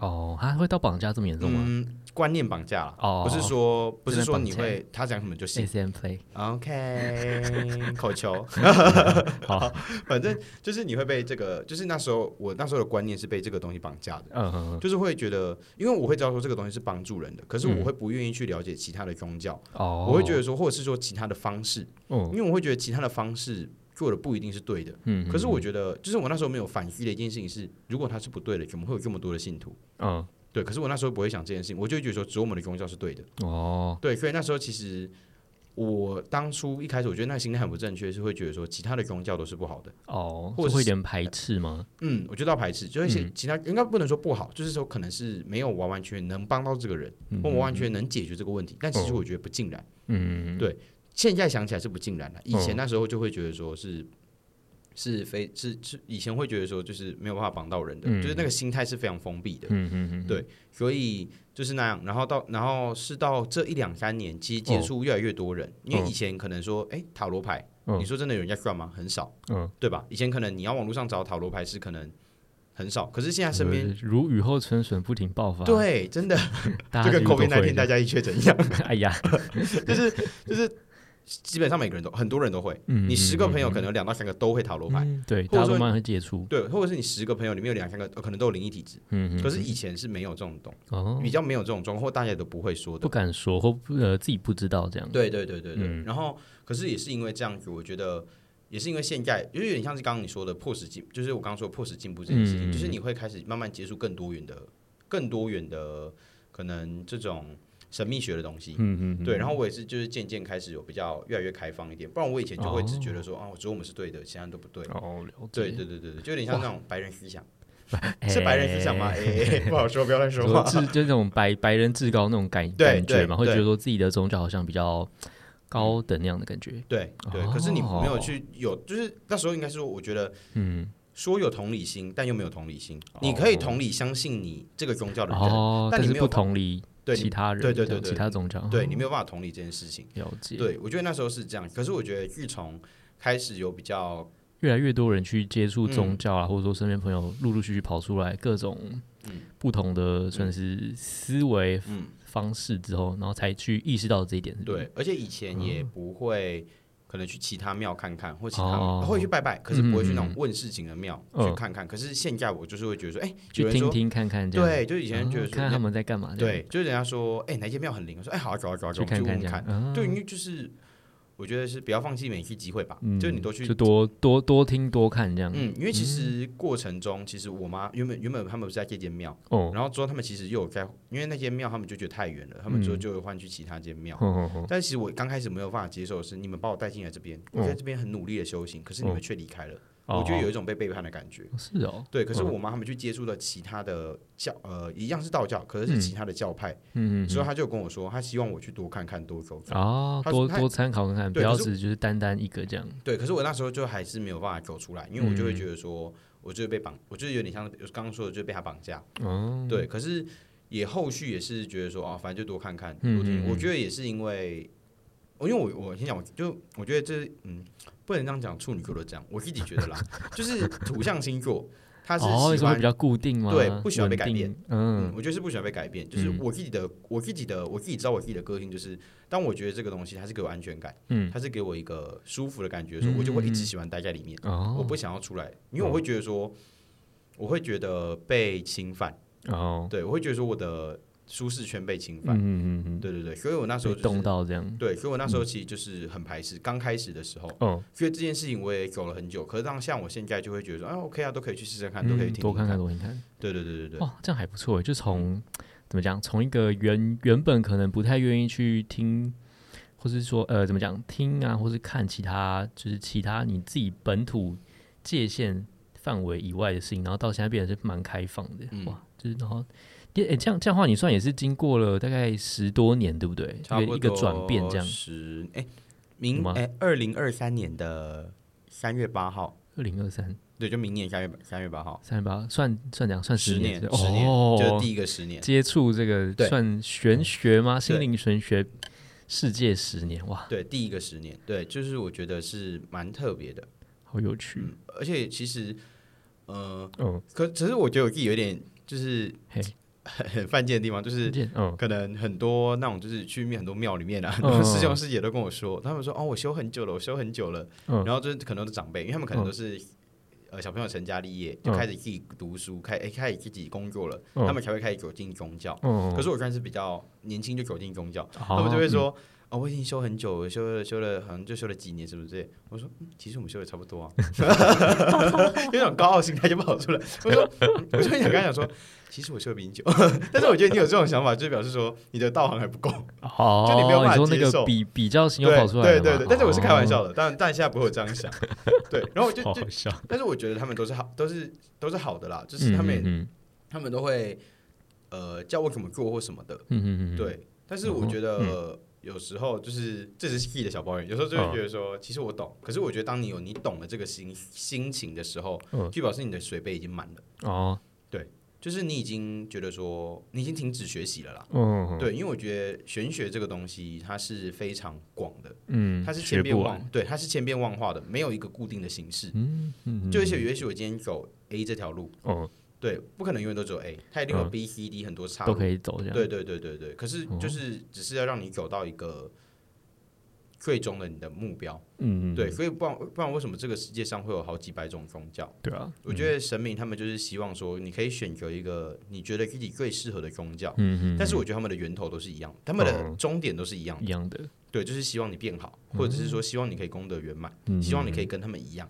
S3: 哦，他会到绑架这么严重吗、
S1: 嗯，观念绑架了。
S3: 哦，
S1: 不是说不
S3: 真
S1: 是
S3: 的
S1: 说
S3: 绑
S1: 你
S3: 架嗯
S1: 会他讲什么你就信
S3: S M play，
S1: ，OK，口球，
S3: 好，
S1: 反正就是你会被这个，就是那时候我那时候的观念是被这个东西绑架的，
S3: 嗯嗯，嗯
S1: 就是会觉得，因为我会知道说这个东西是帮助人的，可是我会不愿意去了解其他的宗教，
S3: 嗯哦，
S1: 我会觉得说，或者是说其他的方式，
S3: 哦，
S1: 因为我会觉得其他的方式做的不一定是对的。
S3: 嗯，
S1: 可是我觉得，就是我那时候没有反思的一件事情是，如果它是不对的，怎么会有这么多的信徒？
S3: 嗯，
S1: 对，可是我那时候不会想这件事情，我就会觉得说，只有我们的宗教是对的。
S3: 哦，
S1: 对，所以那时候其实我当初一开始，我觉得那个心态很不正确，是会觉得说其他的宗教都是不好的。
S3: 哦，
S1: 或者
S3: 是会有
S1: 是
S3: 点排斥吗？
S1: 嗯，我觉得要排斥，就是其其他、应该不能说不好，就是说可能是没有完完全全能帮到这个人，或完完全全能解决这个问题。但其实我觉得不尽然，
S3: 哦嗯，哦
S1: 对现在想起来是不尽然的。以前那时候就会觉得说是。是非是是，以前会觉得说就是没有办法帮到人的，
S3: 嗯
S1: 就是那个心态是非常封闭的。
S3: 嗯嗯嗯，
S1: 对所以就是那样。然后到然后是到这一两三年，其实接触越来越多人，因为以前可能说，哎、塔罗牌，
S3: 嗯
S1: 你说真的有人在算吗？很少，
S3: 嗯，
S1: 对吧？以前可能你要网络上找塔罗牌是可能很少，可是现在
S3: 他
S1: 身边。
S3: 如雨后春笋不停爆发，，
S1: 对，真的
S3: 大
S1: 就
S3: 家
S1: 跟
S3: 就
S1: COVID
S3: 一个
S1: 1 9
S3: 会
S1: 大家一确诊一样，
S3: 哎呀，
S1: 就是就是基本上每个人都很多人都会，
S3: 嗯，
S1: 你十个朋友可
S3: 能
S1: 能有两到三个都会塔罗牌，
S3: 对，
S1: 或者
S3: 大家都
S1: 说
S3: 慢慢会接触，
S1: 对，或者是你十个朋友里面有两三个呃可能都有灵异体质，
S3: 嗯，嗯
S1: 可是以前是没有这种东，
S3: 哦，
S1: 比较没有这种状况，或大家也都不会说的
S3: 不。敢说或不呃自己不知道这样，
S1: 对对对对对。
S3: 嗯
S1: 然后，可是也是因为这样子，我觉得也是因为现在，就是有点像是刚刚你说的迫使进，就是我刚刚说的迫使进步这件事情，
S3: 嗯
S1: 就是你会开始慢慢接触更多元的、更多元的可能这种神秘学的东西。
S3: 嗯，嗯嗯，
S1: 对，然后我也是，就是渐渐开始有比较越来越开放一点，不然我以前就会只觉得说，啊，我觉得我们是对的，其他人都不对。
S3: 哦，了
S1: 对
S3: 解
S1: 对对对对，就有点像那种白人思想，
S3: 哎
S1: 是白人思想吗？哎，不好说，不要乱说
S3: 说
S1: 话。
S3: 至就那种白白人至高那种感
S1: 对
S3: 感觉嘛，
S1: 对嗯
S3: 会觉得
S1: 对
S3: 说自己的宗教好像比较高等那样的感觉。
S1: 对对，
S3: 哦
S1: 可是你没有去有，就是那时候应该是说，我觉得
S3: 嗯，
S1: 说有同理心，但又没有同理心。
S3: 哦
S1: 你可以同理相信你这个宗教的人，
S3: 哦，
S1: 但
S3: 但
S1: 你
S3: 是
S1: 没有
S3: 不同理
S1: 对
S3: 其嗯
S1: 你
S3: 他人，
S1: 对对
S3: 这样
S1: 对对
S3: 其他宗教，
S1: 对你没有办法同理这件事情。
S3: 了解，，
S1: 对我觉得那时候是这样，可是我觉得自从开始有比较，
S3: 越来越多人去接触宗
S1: 嗯
S3: 教啊，或者说身边朋友陆陆续续跑出来各种不同的算是思维
S1: 嗯
S3: 方式之后，然后才去意识到这一点，是不是，
S1: 对，而且以前也不会。可能去其他庙看看，或其他
S3: 哦
S1: 会去拜拜，可是不会去那
S3: 嗯嗯
S1: 种问事情的庙
S3: 嗯
S1: 去看看。可是现在我就是会觉得说，哎，有
S3: 去
S1: 人
S3: 听
S1: 说，
S3: 听看看这样，
S1: 对，就是以前觉得
S3: 哦看看他
S1: 说，
S3: 们在干嘛，这样
S1: 对，就是人家说，哎，哪间庙很灵，我说，哎，好啊，走啊，走啊，走
S3: 去
S1: 啊，我们
S3: 看
S1: 去
S3: 看
S1: 问
S3: 这样，
S1: 问看。对，
S3: 啊
S1: 因为就是我觉得是不要放弃每一次机会吧，
S3: 嗯
S1: 就你都去
S3: 就多多多听多看这样，
S1: 嗯，因为其实过程中，其实我妈原本原本他们不是在这间庙，
S3: 哦，
S1: 然后之后他们其实又有在，因为那间庙他们就觉得太远了，他们
S3: 嗯
S1: 之后就换去其他间庙。
S3: 吼吼吼
S1: 但其实我刚开始没有办法接受的是，你们把我带进来这边，我
S3: 嗯
S1: 在这边很努力的修行，可是你们却离开了，我觉得有一种被背叛的感觉。
S3: 哦是哦，
S1: 对，可是
S3: 嗯
S1: 我妈他们去接触了其他的教，呃，一样是道教，可是是其他的教派，
S3: 嗯嗯
S1: 所以他就跟我说，他希望我去多看看，多走走。
S3: 哦，
S1: 他
S3: 多
S1: 他
S3: 多参考看看，不
S1: 对
S3: 要
S1: 可是
S3: 只就是单单一个这样。
S1: 对，可是我那时候就还是没有办法走出来，因为我就
S3: 嗯
S1: 会觉得说，我就是被绑，我就是有点像我刚刚说的，就是被他绑架。
S3: 哦，
S1: 对，可是也后续也是觉得说，哦，反正就多看看，多
S3: 嗯嗯
S1: 听。我
S3: 嗯
S1: 觉得也是因为，哦因为我我先讲，我就我觉得这嗯，不能这样讲，处女座都这样，我自己觉得啦，就是土象星座，他是
S3: 哦，为
S1: 喜
S3: 什么
S1: 欢
S3: 比。较固定吗？
S1: 对不喜欢被
S3: 稳
S1: 改变
S3: 定。
S1: 嗯，
S3: 嗯，
S1: 我觉得是不喜欢被改变，就是
S3: 嗯
S1: 我自己的，我自己的，我自己知道我自己的个性，就是当我觉得这个东西它是给我安全感，
S3: 嗯
S1: 它是给我一个舒服的感觉的时候，我就会一直喜欢待在里面，我
S3: 哦嗯
S1: 不想要出来，因为我会觉得说，我会觉得被侵犯，
S3: 哦，
S1: 对，我会觉得说我的舒适圈被侵犯。
S3: 嗯嗯嗯，
S1: 对对对，所以我那时
S3: 被
S1: 候、就是、
S3: 动到嗯这样。
S1: 对，所以我那时候其实就是很排斥。刚开始的时候，
S3: 哦，
S1: 所以这件事情我也走了很久。可是当像我现在就会觉得说，哎，OK 啊，都可以去试试看，都可以
S3: 嗯
S1: 听
S3: 多
S1: 听
S3: 看看，。哦多听看。
S1: 对对对对对，
S3: 哇，这样还不错耶，就从怎么讲，从一个原原本可能不太愿意去听，或是说呃怎么讲听啊，或是看其他就是其他你自己本土界限范围以外的事情，然后到现在变得是蛮开放的，
S1: 嗯
S3: 哇，就是然后。诶、诶这样这样的话，你算也是经过了大概十多年，对不对？
S1: 差
S3: 一
S1: 不
S3: 个一
S1: 多
S3: 个转变这样。
S1: 十哎，
S3: 有
S1: 明
S3: 吗
S1: 哎，二零二三年的三月八号，
S3: 二零二三
S1: 对，就明年三月三月八号，
S3: 三十八，算算讲算
S1: 十
S3: 年
S1: 年
S3: 是，
S1: 十年，就是
S3: 哦，
S1: 第一个十年。
S3: 接触这个
S1: 对
S3: 算玄学吗？心
S1: 对
S3: 灵玄学世界十年，哇，
S1: 对，第一个十年，对，就是我觉得是蛮特别的，
S3: 好有趣，
S1: 嗯，而且其实，呃，
S3: 哦，
S1: 可只是我觉得我自己有点就是
S3: 嘿，
S1: 很很犯贱的地方，就是
S3: 见，哦，
S1: 可能很多那种就是去面很多庙里面啊，很
S3: 嗯
S1: 多 师兄师姐都跟我说，他们说哦，我修很久了，我修很久了，
S3: 嗯
S1: 然后就是可能都是长辈，因为他们可能
S3: 嗯
S1: 都是。呃，小朋友成家立业，就
S3: 嗯
S1: 开始自己读书，开、诶开始自己工作了，
S3: 嗯
S1: 他们才会开始走进宗教。
S3: 哦，
S1: 可是我算是比较年轻就走进宗教，
S3: 他
S1: 他们就会，说：“哦，我已经修很久了，修了修了，好像就修了几年，什么之类的。”我说、嗯其实我们修的差不多 啊，有种高傲心态就跑出来。我说：“嗯我就想跟他讲说，其实我修的比你久， 但是我觉得你有这种想法，就表示说你的道行还不够。
S3: 哦，
S1: 就你没有办法
S3: 说那
S1: 接
S3: 个
S1: 受
S3: 比比较型又
S1: 对
S3: 跑出来了
S1: 对
S3: 嘛，
S1: 对对，但是我是开玩
S3: 哦，
S1: 笑的，但但现在不会有这样想。对，然后我就
S3: 好
S1: 就，
S3: 好笑，
S1: 但是我觉得他们都是好，都是都是好的啦，就是他们也、
S3: 嗯
S1: 他们都会呃教我怎么做或什么的。
S3: 嗯嗯嗯嗯，嗯，嗯
S1: 对，但是我觉得有时候就是这只是 key 的小抱怨，有时候就会觉得说，其实我懂，可是我觉得当你有你懂了这个心心情的时候
S3: 嗯，
S1: 就表示你的水杯已经满了，
S3: 哦，
S1: 就是你已经觉得说你已经停止学习了啦。
S3: 嗯，
S1: 对，因为我觉得玄学这个东西它是非常广的，
S3: 嗯，
S1: 它是
S3: 学
S1: 千变
S3: 不完，
S1: 万，对，它是千变万化的，没有一个固定的形式。
S3: 嗯嗯，
S1: 就也
S3: 嗯
S1: 许也许我今天走 A 这条路，
S3: 哦，
S1: 对，不可能永远都走 A，它一定有
S3: 嗯
S1: B、C、D 很多岔
S3: 都
S1: 路
S3: 可以走这样，哦
S1: 对对对对对，可是就是只是要让你走到一个最终的你的目标，
S3: 嗯，嗯，
S1: 对，所以不然不然为什么这个世界上会有好几百种宗教？
S3: 对啊，
S1: 我觉得神明他们就是希望说，你可以选择一个你觉得自己最适合的宗教，
S3: 嗯嗯，
S1: 但是我觉得他们的源头都是一样，他们的
S3: 嗯
S1: 终点都是一样
S3: 一
S1: 的，
S3: 样的，
S1: 对，就是希望你变好，或者是说希望你可以功德圆满，
S3: 嗯
S1: 希望你可以跟他们一样，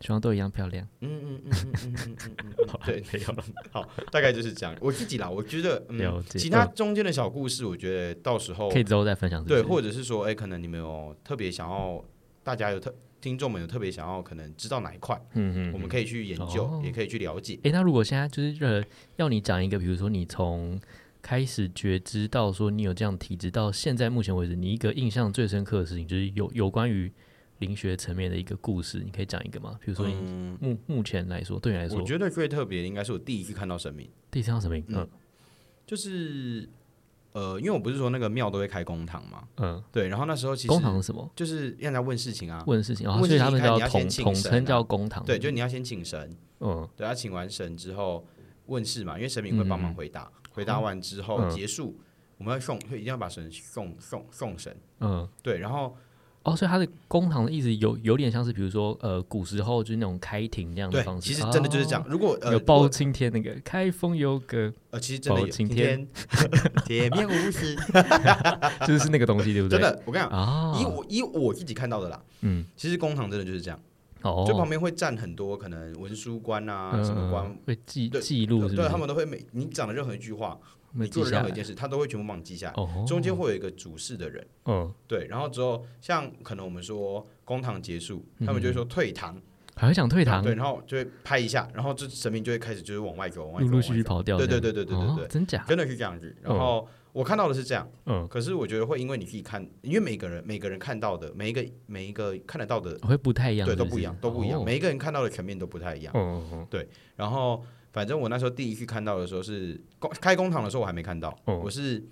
S3: 希望都一样漂亮，
S1: 嗯嗯嗯嗯嗯嗯嗯嗯嗯，对，
S3: 没有了，
S1: 好，大概就是这样。我自己啦，我觉得
S3: 了
S1: 嗯，
S3: 解
S1: 其他
S3: 嗯
S1: 中间的小故事，我觉得到时候
S3: 可以之后再分享，
S1: 对，
S3: 者
S1: 或者是说，哎、可能你们有特别想要，大家有特听众们有特别想要，可能知道哪一块，
S3: 嗯嗯，
S1: 我们可以去研究，
S3: 哦
S1: 也可以去了解。
S3: 诶，那如果现在就是呃，要你讲一个，比如说你从开始觉知到说你有这样体质，到现在目前为止，你一个印象最深刻的事情，就是有有关于灵学层面的一个故事，你可以讲一个吗？比如说你
S1: 嗯，
S3: 目、目前来说，对你来说
S1: 我，觉得最特别的应该是我第一次看到神明，
S3: 第三什么名？嗯
S1: 就是呃，因为我不是说那个庙都会开公堂嘛，
S3: 嗯，
S1: 对，然后那时候其实
S3: 公堂是什么？
S1: 就是让人家问事情啊，
S3: 问事情，然、后
S1: 问
S3: 所以
S1: 事
S3: 他
S1: 情
S3: 们
S1: 看
S3: 叫
S1: 你要
S3: 统
S1: 先请
S3: 统
S1: 神
S3: 称
S1: 啊
S3: 叫公堂。
S1: 对，就你要先请神，
S3: 嗯
S1: 对，要请完神之后问事嘛，因为神明会帮忙回答，回答完之后、
S3: 嗯
S1: 结束，我们要送，会一定要把神送送送神，
S3: 嗯，
S1: 对，然后
S3: 哦，所以他的公堂的意思有有点像是，比如说呃，古时候就是那种开庭那样的
S1: 对
S3: 方，式。
S1: 其实真的就是这样。
S3: 哦
S1: 如果
S3: 有
S1: 呃如果
S3: 包青天那个开封有个
S1: 呃，其实真的有
S3: 包青
S1: 天 铁面无私，
S3: 就是那个东西，对不啊对？
S1: 真的，我跟你讲，
S3: 啊，
S1: 以我以我自己看到的啦，
S3: 嗯，
S1: 其实工厂真的就是这样，
S3: 哦，
S1: 就旁边会站很多可能文书官啊，
S3: 嗯
S1: 什么
S3: 嗯
S1: 官
S3: 嗯。会记
S1: 对
S3: 记录
S1: 对
S3: 是不
S1: 对，
S3: 是？
S1: 他们都会每你讲的任何一句话，
S3: 没
S1: 你
S3: 记
S1: 做的
S3: 下
S1: 任何
S3: 来
S1: 一件事，他都会全部帮你记下来。
S3: 哦，
S1: 中间会有一个主事的人，
S3: 嗯，
S1: 对，然后之后像可能我们说公堂结束，他们就会说退堂，
S3: 还会讲退嗯堂，
S1: 对，然后就会拍一下，然后就神明就会开始就是往外走，往外
S3: 陆
S1: 走，
S3: 陆
S1: 往
S3: 续
S1: 外
S3: 续
S1: 走
S3: 跑掉这
S1: 对
S3: 样，
S1: 对对对对对
S3: 哦
S1: 对
S3: 真假？
S1: 真的是这样子。然
S3: 嗯
S1: 后我看到的是这样，
S3: 嗯，
S1: 可是我觉得会因为你自己看，因为每个人每个人看到的每一个每一个看得到的，
S3: 会不太一样，
S1: 对，
S3: 是
S1: 都
S3: 不
S1: 不一
S3: 是
S1: 样，都不一样，
S3: 哦
S1: 每一个人看到的层面都不太一样。
S3: 哦哦
S1: 然后反正我那时候第一次看到的时候是公开工堂的时候，我还没看到，
S3: 哦
S1: 我是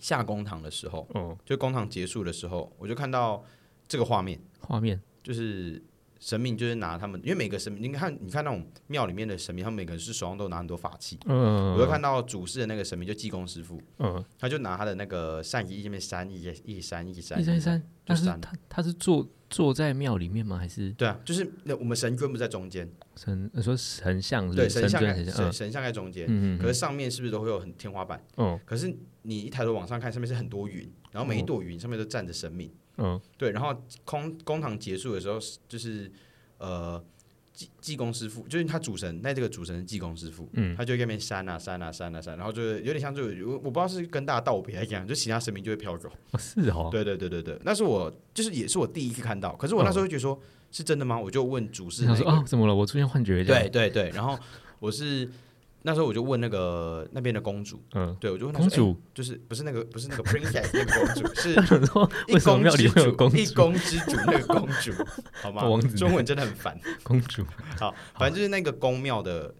S1: 下工堂的时候，
S3: 哦哦，
S1: 就工堂结束的时候，我就看到这个画面，
S3: 画面，
S1: 就是。神明就是拿他们，因为每个神明，你看，你看那种庙里面的神明，他们每个人是手上都拿很多法器。
S3: 嗯，
S1: 我就看到主事的那个神明，就济公师傅，
S3: 嗯，
S1: 他就拿他的那个扇子一边扇一一扇一扇
S3: 一三一三，但
S1: 就是删了
S3: 他他是坐坐在庙里面吗？还是
S1: 对啊，就是那我们神尊不是在中间，
S3: 神呃说神像是不
S1: 对，
S3: 是？
S1: 神像
S3: 尊
S1: 在
S3: 还是
S1: 神神像在中间，
S3: 嗯嗯
S1: 可是上面是不是都会有很天花板？
S3: 嗯
S1: 可是你一抬头往上看，上面是很多云，然
S3: 哦
S1: 后每一朵云上面都站着神明。
S3: 嗯
S1: 对，然后空公堂结束的时候，就是呃济济公师傅，就是他主神，那这个主神是济公师傅，
S3: 嗯
S1: 他就会在那边扇啊扇啊扇啊扇，然后就是有点像就我我不知道是跟大家道别还是怎样，就其他神明就会飘走。
S3: 哦是哦，
S1: 对对对对对，那是我就是也是我第一次看到，可是我那时候就觉得说、是真的吗？我就问主事
S3: 你
S1: 那
S3: 想
S1: 个
S3: 说哦怎么了？我出现幻觉这样，
S1: 对对对，然后我是那时候我就问那个那边的公主，
S3: 嗯，
S1: 对我就问她说
S3: 公主
S1: 欸就是不是那个不是那个 princess 那个公主，是
S3: 然后
S1: 哎一
S3: 为什么
S1: 公
S3: 庙里
S1: 之
S3: 会有公
S1: 主，
S3: 主
S1: 一公之主那个公主，好 吗
S3: 王子？呢
S1: 中文真的 很烦。
S3: 公 主，
S1: 好，反正就是那个宫庙的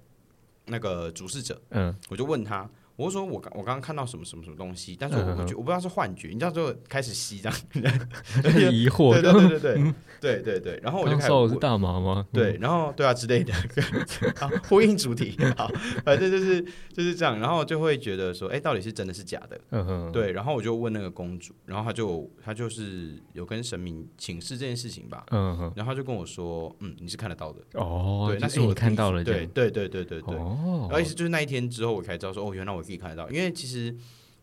S1: 那个主事者，
S3: 嗯，
S1: 我就问他，我就说我刚我刚刚看到什么什么什么东西，但是我
S3: 嗯嗯嗯
S1: 我觉我不知道是幻觉，你知道就开始吸 这样，
S3: 很疑惑，
S1: 对对对对对对对对，然后我就
S3: 刚
S1: 开
S3: 哦
S1: 始
S3: 说我是
S1: 问。
S3: 大麻吗？
S1: 对，然后对啊之类的，好呼应主题，好，反正就是就是这样，然后就会觉得说，哎，到底是真的是假的？
S3: 嗯，嗯哼，
S1: 对，然后我就问那个公主，然后她就她就是有跟神明请示这件事情吧，
S3: 嗯哼，
S1: 然后她就跟我说，嗯，你是看得到的，
S3: 哦，
S1: 对，
S3: 就
S1: 那
S3: 是
S1: 是
S3: 欸
S1: 我
S3: 你看
S1: 第一
S3: 到
S1: 次
S3: 了，这
S1: 对
S3: 样，
S1: 对对对对对，
S3: 哦，
S1: 而且就是那一天之后，我才知道说，哦，原来我自己看得到，因为其实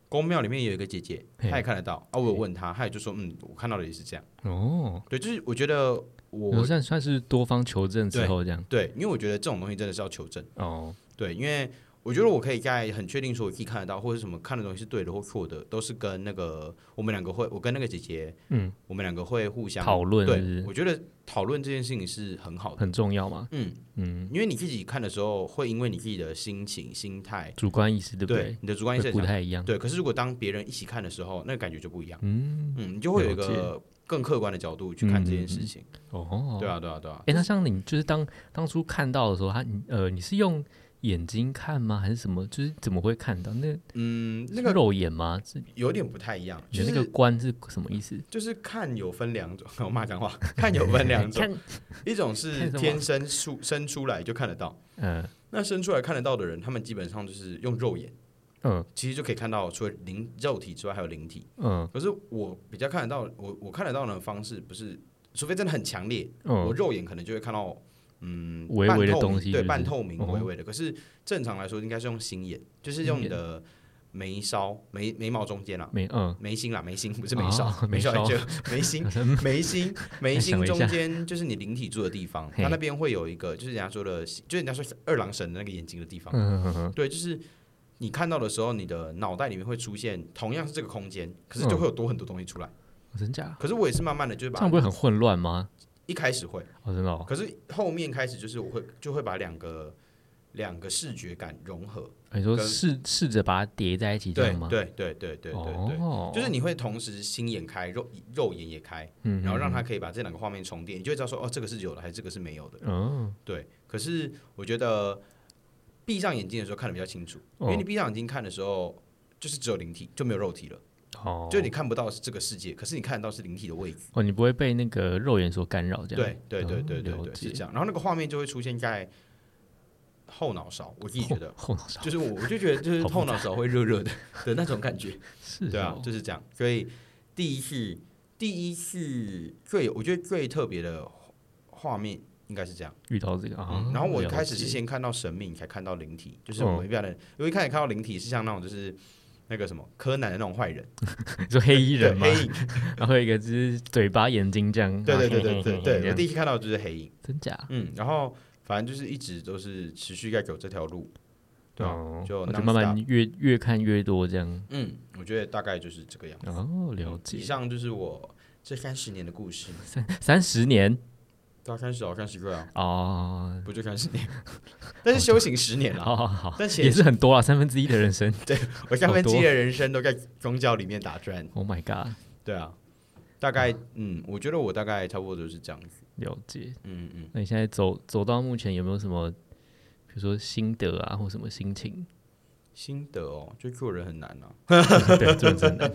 S1: 宫庙里面有一个姐姐，
S3: 嘿
S1: 她也看得到啊，我有问她，她也就说，嗯，我看到的也是这样，
S3: 哦，
S1: 对，就是我觉得
S3: 我
S1: 我
S3: 算算是多方求证之
S1: 对
S3: 后这样，
S1: 对，因为我觉得这种东西真的是要求证，
S3: 哦，
S1: 对，因为我觉得我可以在很确定说我自己看得到，或者什么看的东西是对的或错的，都是跟那个我们两个会，我跟那个姐姐，
S3: 嗯，
S1: 我们两个会互相
S3: 讨论是不
S1: 对，
S3: 是
S1: 我觉得讨论这件事情是很好的，
S3: 很重要嘛，
S1: 嗯，
S3: 嗯，
S1: 因为你自己看的时候，会因为你自己的心情、心态，
S3: 主观意识对不
S1: 对？你的主观意识
S3: 会
S1: 很
S3: 不
S1: 强
S3: 太一样，
S1: 对，可是如果当别人一起看的时候，那个感觉就不一样。
S3: 嗯，
S1: 嗯，你就会有一
S3: 了
S1: 个更客观的角度去看这件事情。
S3: 哦，
S1: 对啊，对啊，对啊。
S3: 哎、那像你就是当当初看到的时候，他你呃，你是用眼睛看吗？还是什么？就是怎么会看到？那
S1: 嗯，那
S3: 是
S1: 个
S3: 肉眼吗？是
S1: 有点不太一样，
S3: 你
S1: 就
S3: 的
S1: 是
S3: 那个观是什么意思？
S1: 就是看有分两种。 我妈讲话，看有分两 种，
S3: 看，
S1: 一种
S3: 看
S1: 是
S3: 什么
S1: 天生出生出来就看得到，
S3: 嗯
S1: 那生出来看得到的人，他们基本上就是用肉眼，
S3: 嗯
S1: 其实就可以看到除了灵肉体之外还有灵体。
S3: 嗯
S1: 可是我比较看得到，我我看得到的方式不是，除非真的很强烈，我
S3: 嗯，
S1: 肉眼可能就会看到，嗯，
S3: 微
S1: 半
S3: 微的
S1: 透
S3: 东
S1: 明
S3: 西
S1: 对，
S3: 就是
S1: 半透明
S3: 哦
S1: 微微的。可是正常来说，应该是用心眼，就是用
S3: 心
S1: 你
S3: 眼
S1: 的眉梢、眉眉毛中间啦，
S3: 没嗯
S1: 眉心啦，眉心不是眉梢
S3: 哦，
S1: 眉梢
S3: 眉梢
S1: 就 眉心，眉心，眉
S3: 想
S1: 心
S3: 了一
S1: 中
S3: 下
S1: 间就是你灵体住的地方，
S3: 嘿
S1: 它那边会有一个，就是人家说的，就是人家说二郎神的那个眼睛的地方
S3: 嗯，嗯嗯
S1: 对，就是。你看到的时候，你的脑袋里面会出现同样是这个空间，可是就
S3: 嗯
S1: 会有多很多东西出来。
S3: 嗯，真假？
S1: 可是我也是慢慢的，就是
S3: 这样
S1: 把
S3: 不会很混乱吗？
S1: 一开始会，
S3: 哦，真的哦，
S1: 可是后面开始就是我会就会把两个两个视觉感融合，
S3: 你说
S1: 跟
S3: 试试着把它叠在一起这
S1: 对
S3: 样吗？
S1: 对对对对对对，
S3: 哦，
S1: 就是你会同时心眼开，肉肉眼也开，
S3: 嗯，
S1: 然后让它
S3: 嗯
S1: 可以把这两个画面重叠，你就会知道说哦，这个是有的还是这个是没有的。
S3: 嗯
S1: 对，可是我觉得闭上眼睛的时候看的比较清楚，因为
S3: 哦
S1: 你闭上眼睛看的时候。就是只有灵体，就没有肉体了。
S3: 哦，
S1: 就你看不到是这个世界，可是你看得到是灵体的位置。
S3: 哦，你不会被那个肉眼所干扰这样？
S1: 对对对对对
S3: 哦了
S1: 对，是
S3: 解
S1: 这样。然后那个画面就会出现在后脑勺，我自己觉得。
S3: 后脑勺
S1: 就是我我就觉得就是后脑勺会热 热的的那种感觉，
S3: 是
S1: 对啊
S3: 哦，
S1: 就是这样。所以第一次第一次最有我觉得最特别的画画面应该是这样。
S3: 遇到这个啊
S1: 嗯，，然后我一
S3: 了
S1: 开始是
S3: 解
S1: 先看到神明，才看到灵体，就是
S3: 嗯
S1: 我一般人，我一开始看到灵体是像那种就是。那个什么柯南的那种坏人，
S3: 你说黑衣人
S1: 对
S3: 吗？
S1: 黑影，
S3: 然后一个就是嘴巴眼睛这样，
S1: 对对对
S3: 嘿
S1: 对
S3: 嘿嘿
S1: 对
S3: 嘿嘿
S1: 对，我
S3: 这
S1: 第
S3: 样
S1: 一次看到的就是黑影，
S3: 真假？
S1: 嗯，然后反正就是一直都是持续在走这条路，对啊
S3: 哦
S1: 就
S3: 我就慢慢
S1: nonstop
S3: 越越看越多这样，
S1: 嗯，我觉得大概就是这个样子。
S3: 哦，了
S1: 以
S3: 解，
S1: 上就是我这三十年的故事。
S3: 三三十年
S1: 到三十哦，三十岁啊，
S3: 哦，
S1: 不就三十年？ 但是修行十年了，
S3: 好好好，
S1: 但其
S3: 也
S1: 实
S3: 是很多啊，三分之一的人生
S1: 我三分之
S3: 好
S1: 一
S3: 多
S1: 的人生都在宗教里面打转。
S3: ，Oh my god，
S1: 对啊，大概嗯，我觉得我大概差不多就是这样子。
S3: 了解。
S1: 嗯嗯，
S3: 那你现在走走到目前有没有什么，比如说心得啊，或什么心 情？
S1: 心得哦，就做人很难啊，
S3: 对，这真的，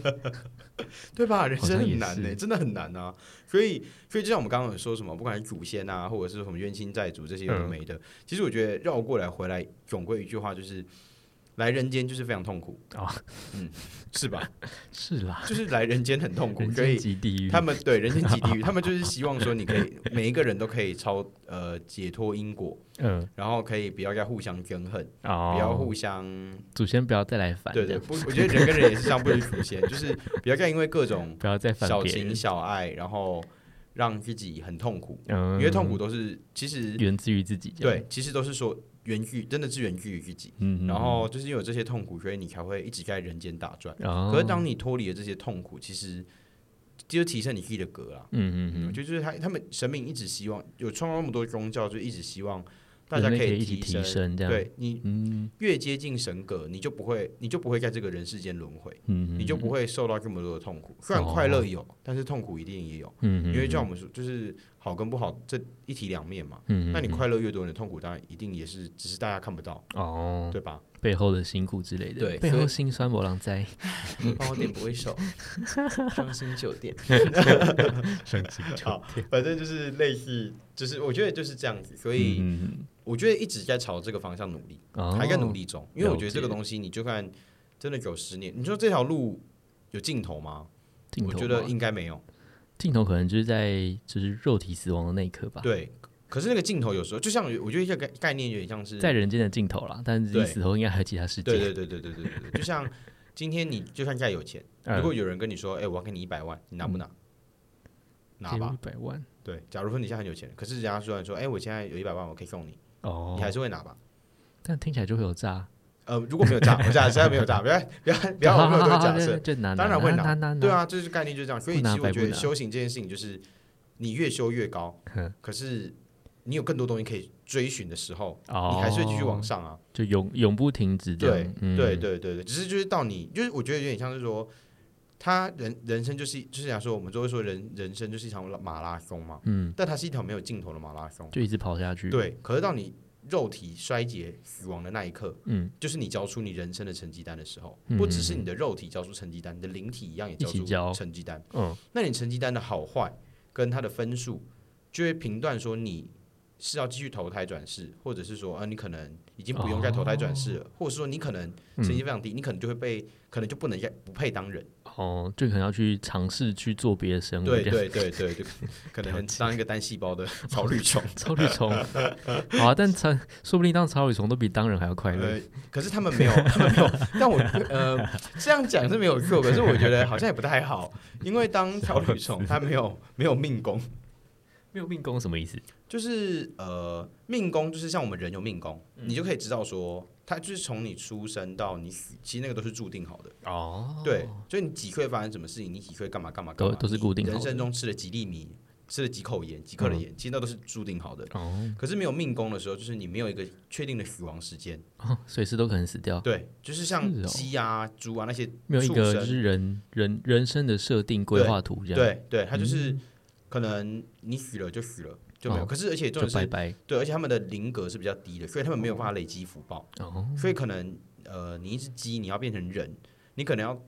S1: 对吧？人生
S3: 好像也
S1: 很难呢、
S3: 是
S1: 真的很难啊。所以，所以就像我们刚刚有说什么，不管是祖先啊，或者是什么冤亲债主这些有的
S3: 嗯
S1: 没的，其实我觉得绕过来回来，总归一句话就是，来人间就是非常痛苦
S3: 哦
S1: 嗯，是吧？
S3: 是啦，
S1: 就是来人间很痛苦，
S3: 人
S1: 所以
S3: 间及地狱，
S1: 他们对人间极地狱，他们就是希望说你可以每一个人都可以超呃解脱因果，
S3: 嗯，
S1: 然后可以不要再互相憎恨，不要
S3: 哦，
S1: 互相、
S3: 祖先不要再来烦，
S1: 对
S3: 这
S1: 对
S3: 样
S1: 不，我觉得人跟人也是相不离 祖先，就是不要再因为各种
S3: 不要再烦
S1: 小
S3: 别人
S1: 情，小爱，然后让自己很痛苦，
S3: 嗯
S1: 因为痛苦都是其实
S3: 源自于自己，这样，
S1: 对，其实都是说源自真的是源自于自己，
S3: 嗯，
S1: 然后就是因为有这些痛苦，所以你才会一直在人间打转。
S3: 嗯，哦
S1: 可是当你脱离了这些痛苦，其实就提升你自己的格啦。
S3: 嗯嗯
S1: 嗯，我
S3: 嗯，
S1: 觉得就是他他们神明一直希望有创造那么多宗教，就一直希望大家
S3: 人类可以
S1: 以
S3: 一起提
S1: 升。
S3: 升这样
S1: 对你
S3: 嗯
S1: 越接近神格，你就不会，你就不会在这个人世间轮回，
S3: 嗯，
S1: 你就不
S3: 会，
S1: 会受到这么多的痛苦。虽然
S3: 哦
S1: 快乐有，但是痛苦一定也有，
S3: 嗯，
S1: 因为就像
S3: 样，
S1: 我们说，就是好跟不好这一体两面嘛。
S3: 嗯，
S1: 那你
S3: 嗯
S1: 快乐越多，你的痛苦当然一定也是，只是大家看不到，
S3: 哦，
S1: 对吧？
S3: 背后的辛苦之类的，
S1: 对
S3: 背
S1: 所以
S3: 后辛酸波浪在，
S1: 帮我点播一首《伤心酒店》。
S3: 伤心
S1: 好，反正就是类似，就是我觉得就是这样子，所以
S3: 嗯，
S1: 我觉得一直在朝这个方向努力，
S3: 哦
S1: 还在努，力中，因为我觉
S3: 了
S1: 得
S3: 解
S1: 这个东西，你就看真的有十年，你说这条路有尽头吗？
S3: 镜头
S1: 我觉得
S3: 吗
S1: 应该没有。
S3: 镜头可能就是在就是肉体死亡的那一刻吧，，
S1: 对，可是那个镜头有时候就像我觉得这个概念有点像是
S3: 在人间的尽头啦，但是
S1: 对
S3: 你死后应该还有其他世界，
S1: 对对对对对对对，对就像今天你就算再有钱，
S3: 嗯
S1: 如果有人跟你说，哎，我要给你一百万，你拿不拿？拿
S3: 给我
S1: 吧
S3: 一。百万，
S1: 对，假如说你现在很有钱，可是人家虽然说，哎，我现在有一百万，我可以送你，
S3: 哦
S1: 你，还是会拿吧？
S3: 但听起来就会有诈，
S1: 呃，如果没有诈，我假设没有诈，不要不要不要我们有这个 假设，
S3: 就拿，
S1: 当然会
S3: 拿，拿
S1: 拿
S3: 拿，
S1: 对，啊，这就是概念就是这样。所以
S3: 不
S1: 其
S3: 拿
S1: 实
S3: 白
S1: 我
S3: 不
S1: 觉得
S3: 拿
S1: 修行这件事情，就是你越修越高
S3: 嗯，
S1: 可是你有更多东西可以追寻的时候，
S3: 哦，
S1: 你还是会继续往，上啊。
S3: 就永永不停止这
S1: 对
S3: 样，哦嗯
S1: 对，对对对，只是就是到你，就是我觉得有点像是说，他人人生就是就是讲说，我们都会说人人生就是一场马拉松嘛，
S3: 嗯，
S1: 但它是一条没有尽头的马拉松。
S3: 就一直跑下去，，
S1: 对，可是到你肉体衰竭、死亡的那一刻，
S3: 嗯，
S1: 就是你交出你人生的成绩单的时候，
S3: 嗯
S1: 不只是你的肉体交出成绩单，你的灵体一样也交
S3: 一
S1: 出
S3: 起交
S1: 成绩单。
S3: 嗯，
S1: 那你成绩单的好坏跟它的分数，就会评断说你是要继续投胎转世，或者是说，啊，你可能已经不用再投胎转世了，或者说你可能成绩非常低，你可能就会被，可能就不能再不配当人。
S3: 哦，就可能要去尝试去做别的生物，
S1: 对
S3: 这样，
S1: 对对对对，可能当一个单细胞的草绿虫。
S3: 草履 虫，好啊，但草说不定当草履虫都比当人还要快乐
S1: 呃，可是他 们没有，他们没有。但我呃，这样讲是没有错，可是我觉得好像也不 太好，因为当草履虫，它没有没有命宫，
S3: 没有命宫什么意思？
S1: 就是呃，命宫就是像我们人有命宫，
S3: 嗯
S1: 你就可以知道说，它就是从你出生到你死，其实那个都是注定好的。
S3: 哦，
S1: 对，所以你几岁发生什么事情，你几岁干嘛干嘛干
S3: 都
S1: 嘛，
S3: 都是
S1: 你
S3: 固定好
S1: 人
S3: 的嗯
S1: 生中吃了几粒米，吃了几口盐，几克的盐，其实那都是注定好的。
S3: 哦，
S1: 可是没有命宫的时候，就是你没有一个确定的死亡时间。
S3: 哦，随时都可能死掉，
S1: 对，就是
S3: 是
S1: 像
S3: 哦
S1: 鸡啊、猪啊那些
S3: 没有一
S1: 畜
S3: 个
S1: 生
S3: 就是人人人生的设定规划图这样，
S1: 对对，它就是可能你死了就死了就没有。
S3: 哦
S1: 可是而且重
S3: 就
S1: 点是
S3: 拜拜
S1: 对，而且他们的灵格是比较低的，所以他们没有办法累积福报，
S3: 哦，
S1: 所以可能呃，你一只鸡你要变成人，你可能要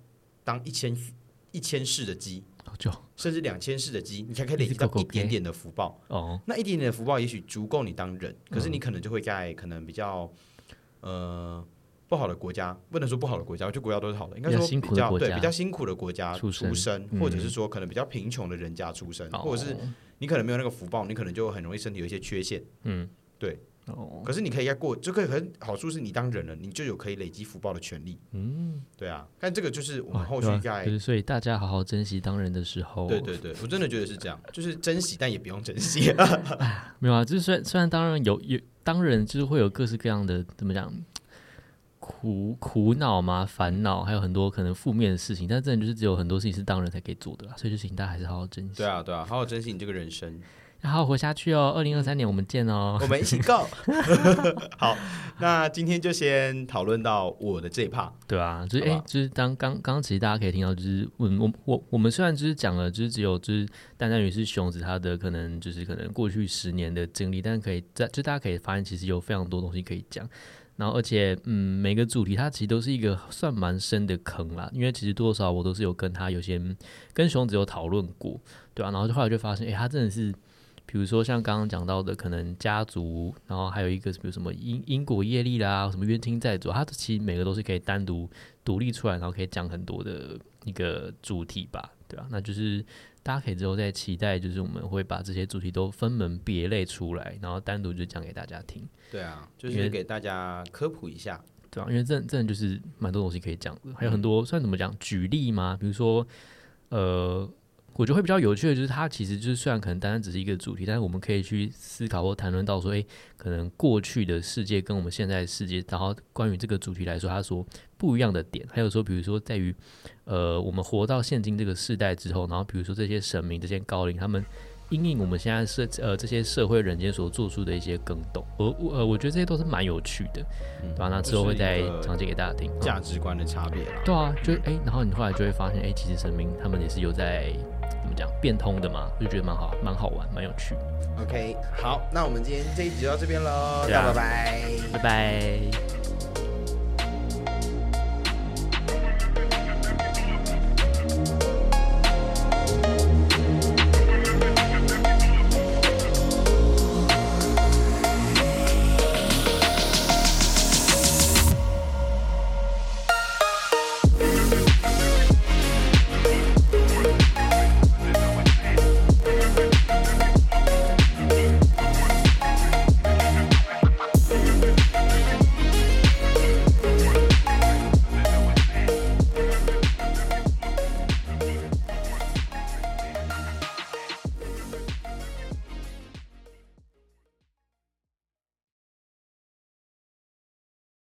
S1: 当一千一千世的鸡，
S3: 就
S1: 甚至两千世的鸡，你才可以累积
S3: 一只
S1: 到
S3: 狗狗
S1: 一点
S3: 鸡
S1: 点的福报。
S3: 哦，
S1: 那一点点的福报也许足够你当人，可是你可能就会在可能比较呃不好的国家，不能说不好的国家，我觉得国家都是好的，应该
S3: 比较
S1: 说
S3: 辛苦
S1: 比
S3: 的
S1: 较
S3: 国
S1: 对
S3: 家
S1: 比较辛苦的国家
S3: 出
S1: 出
S3: 生
S1: 生，
S3: 嗯
S1: 或者是说可能比较贫穷的人家出生，
S3: 哦
S1: 或者是你可能没有那个福报，你可能就很容易身体有一些缺陷。
S3: 嗯，
S1: 对，
S3: 哦，
S1: 可是你可以在过，这个很好处是你当人了，你就有可以累积福报的权利。嗯，对啊，但这个就是我们后续
S3: 哇对啊
S1: 在
S3: 就是所以大家好好珍惜当人的时候，
S1: 对对对，我真的觉得是这样，就是珍惜，但也不用珍 惜。
S3: 没有啊，就是虽然虽然当然有有当然就是会有各式各样的怎么讲苦苦恼嘛、烦恼，还有很多可能负面的事情，但真的就是只有很多事情是当人才可以做的啦，所以就请大家还是好好珍惜，
S1: 对啊，对啊，好好珍惜你这个人生，
S3: 要好好活下去哦。二零二
S1: 嗯
S3: 三年我们见哦，
S1: 我们一起 go。好，那今天就先讨论到我的这一趴。
S3: 对啊，就是哎、
S1: 好吧
S3: 就是当刚刚刚其实大家可以听到，就是我们我我我们虽然就是讲了，就是只有就是单单于是熊子他的可能就是可能过去十年的经历，但是可以在就大家可以发现，其实有非常多东西可以讲。然后而且嗯，每个主题它其实都是一个算蛮深的坑啦，因为其实多多少少我都是有跟他有些嗯跟熊子有讨论过，对啊，然后就后来就发现，哎、他真的是。比如说像刚刚讲到的，可能家族，然后还有一个比如什么因因果业力啦，什么冤亲债主，它其实每个都是可以单独独立出来，然后可以讲很多的一个主题吧，对啊，那就是大家可以之后再期待，就是我们会把这些主题都分门别类出来，然后单独就讲给大家听，
S1: 对啊，就
S3: 因为
S1: 是给大家科普一下。
S3: 对啊，因为这这就是蛮多东西可以讲的，还有很多算怎么讲举例嘛，比如说呃。我觉得会比较有趣的就是，它其实就是虽然可能单单只是一个主题，但是我们可以去思考或谈论到说，诶，可能过去的世界跟我们现在的世界，然后关于这个主题来说，它所不一样的点，还有说，比如说在于呃，我们活到现今这个世代之后，然后比如说这些神明、这些高龄，他们因应我们现在社呃这些社会人间所做出的一些更动，我我呃我觉得这些都是蛮有趣的，
S1: 嗯
S3: 对吧、那之后会再讲解给大家听。
S1: 价值观的差别啦。
S3: 对啊，就是哎、然后你后来就会发现，哎、其实神明他们也是有在怎么讲变通的嘛，就觉得蛮好，蛮好玩，蛮有趣。
S1: OK，
S2: 好，那我们今天这一集就到这边喽，
S3: 对啊
S2: 大家拜拜。
S3: 拜拜。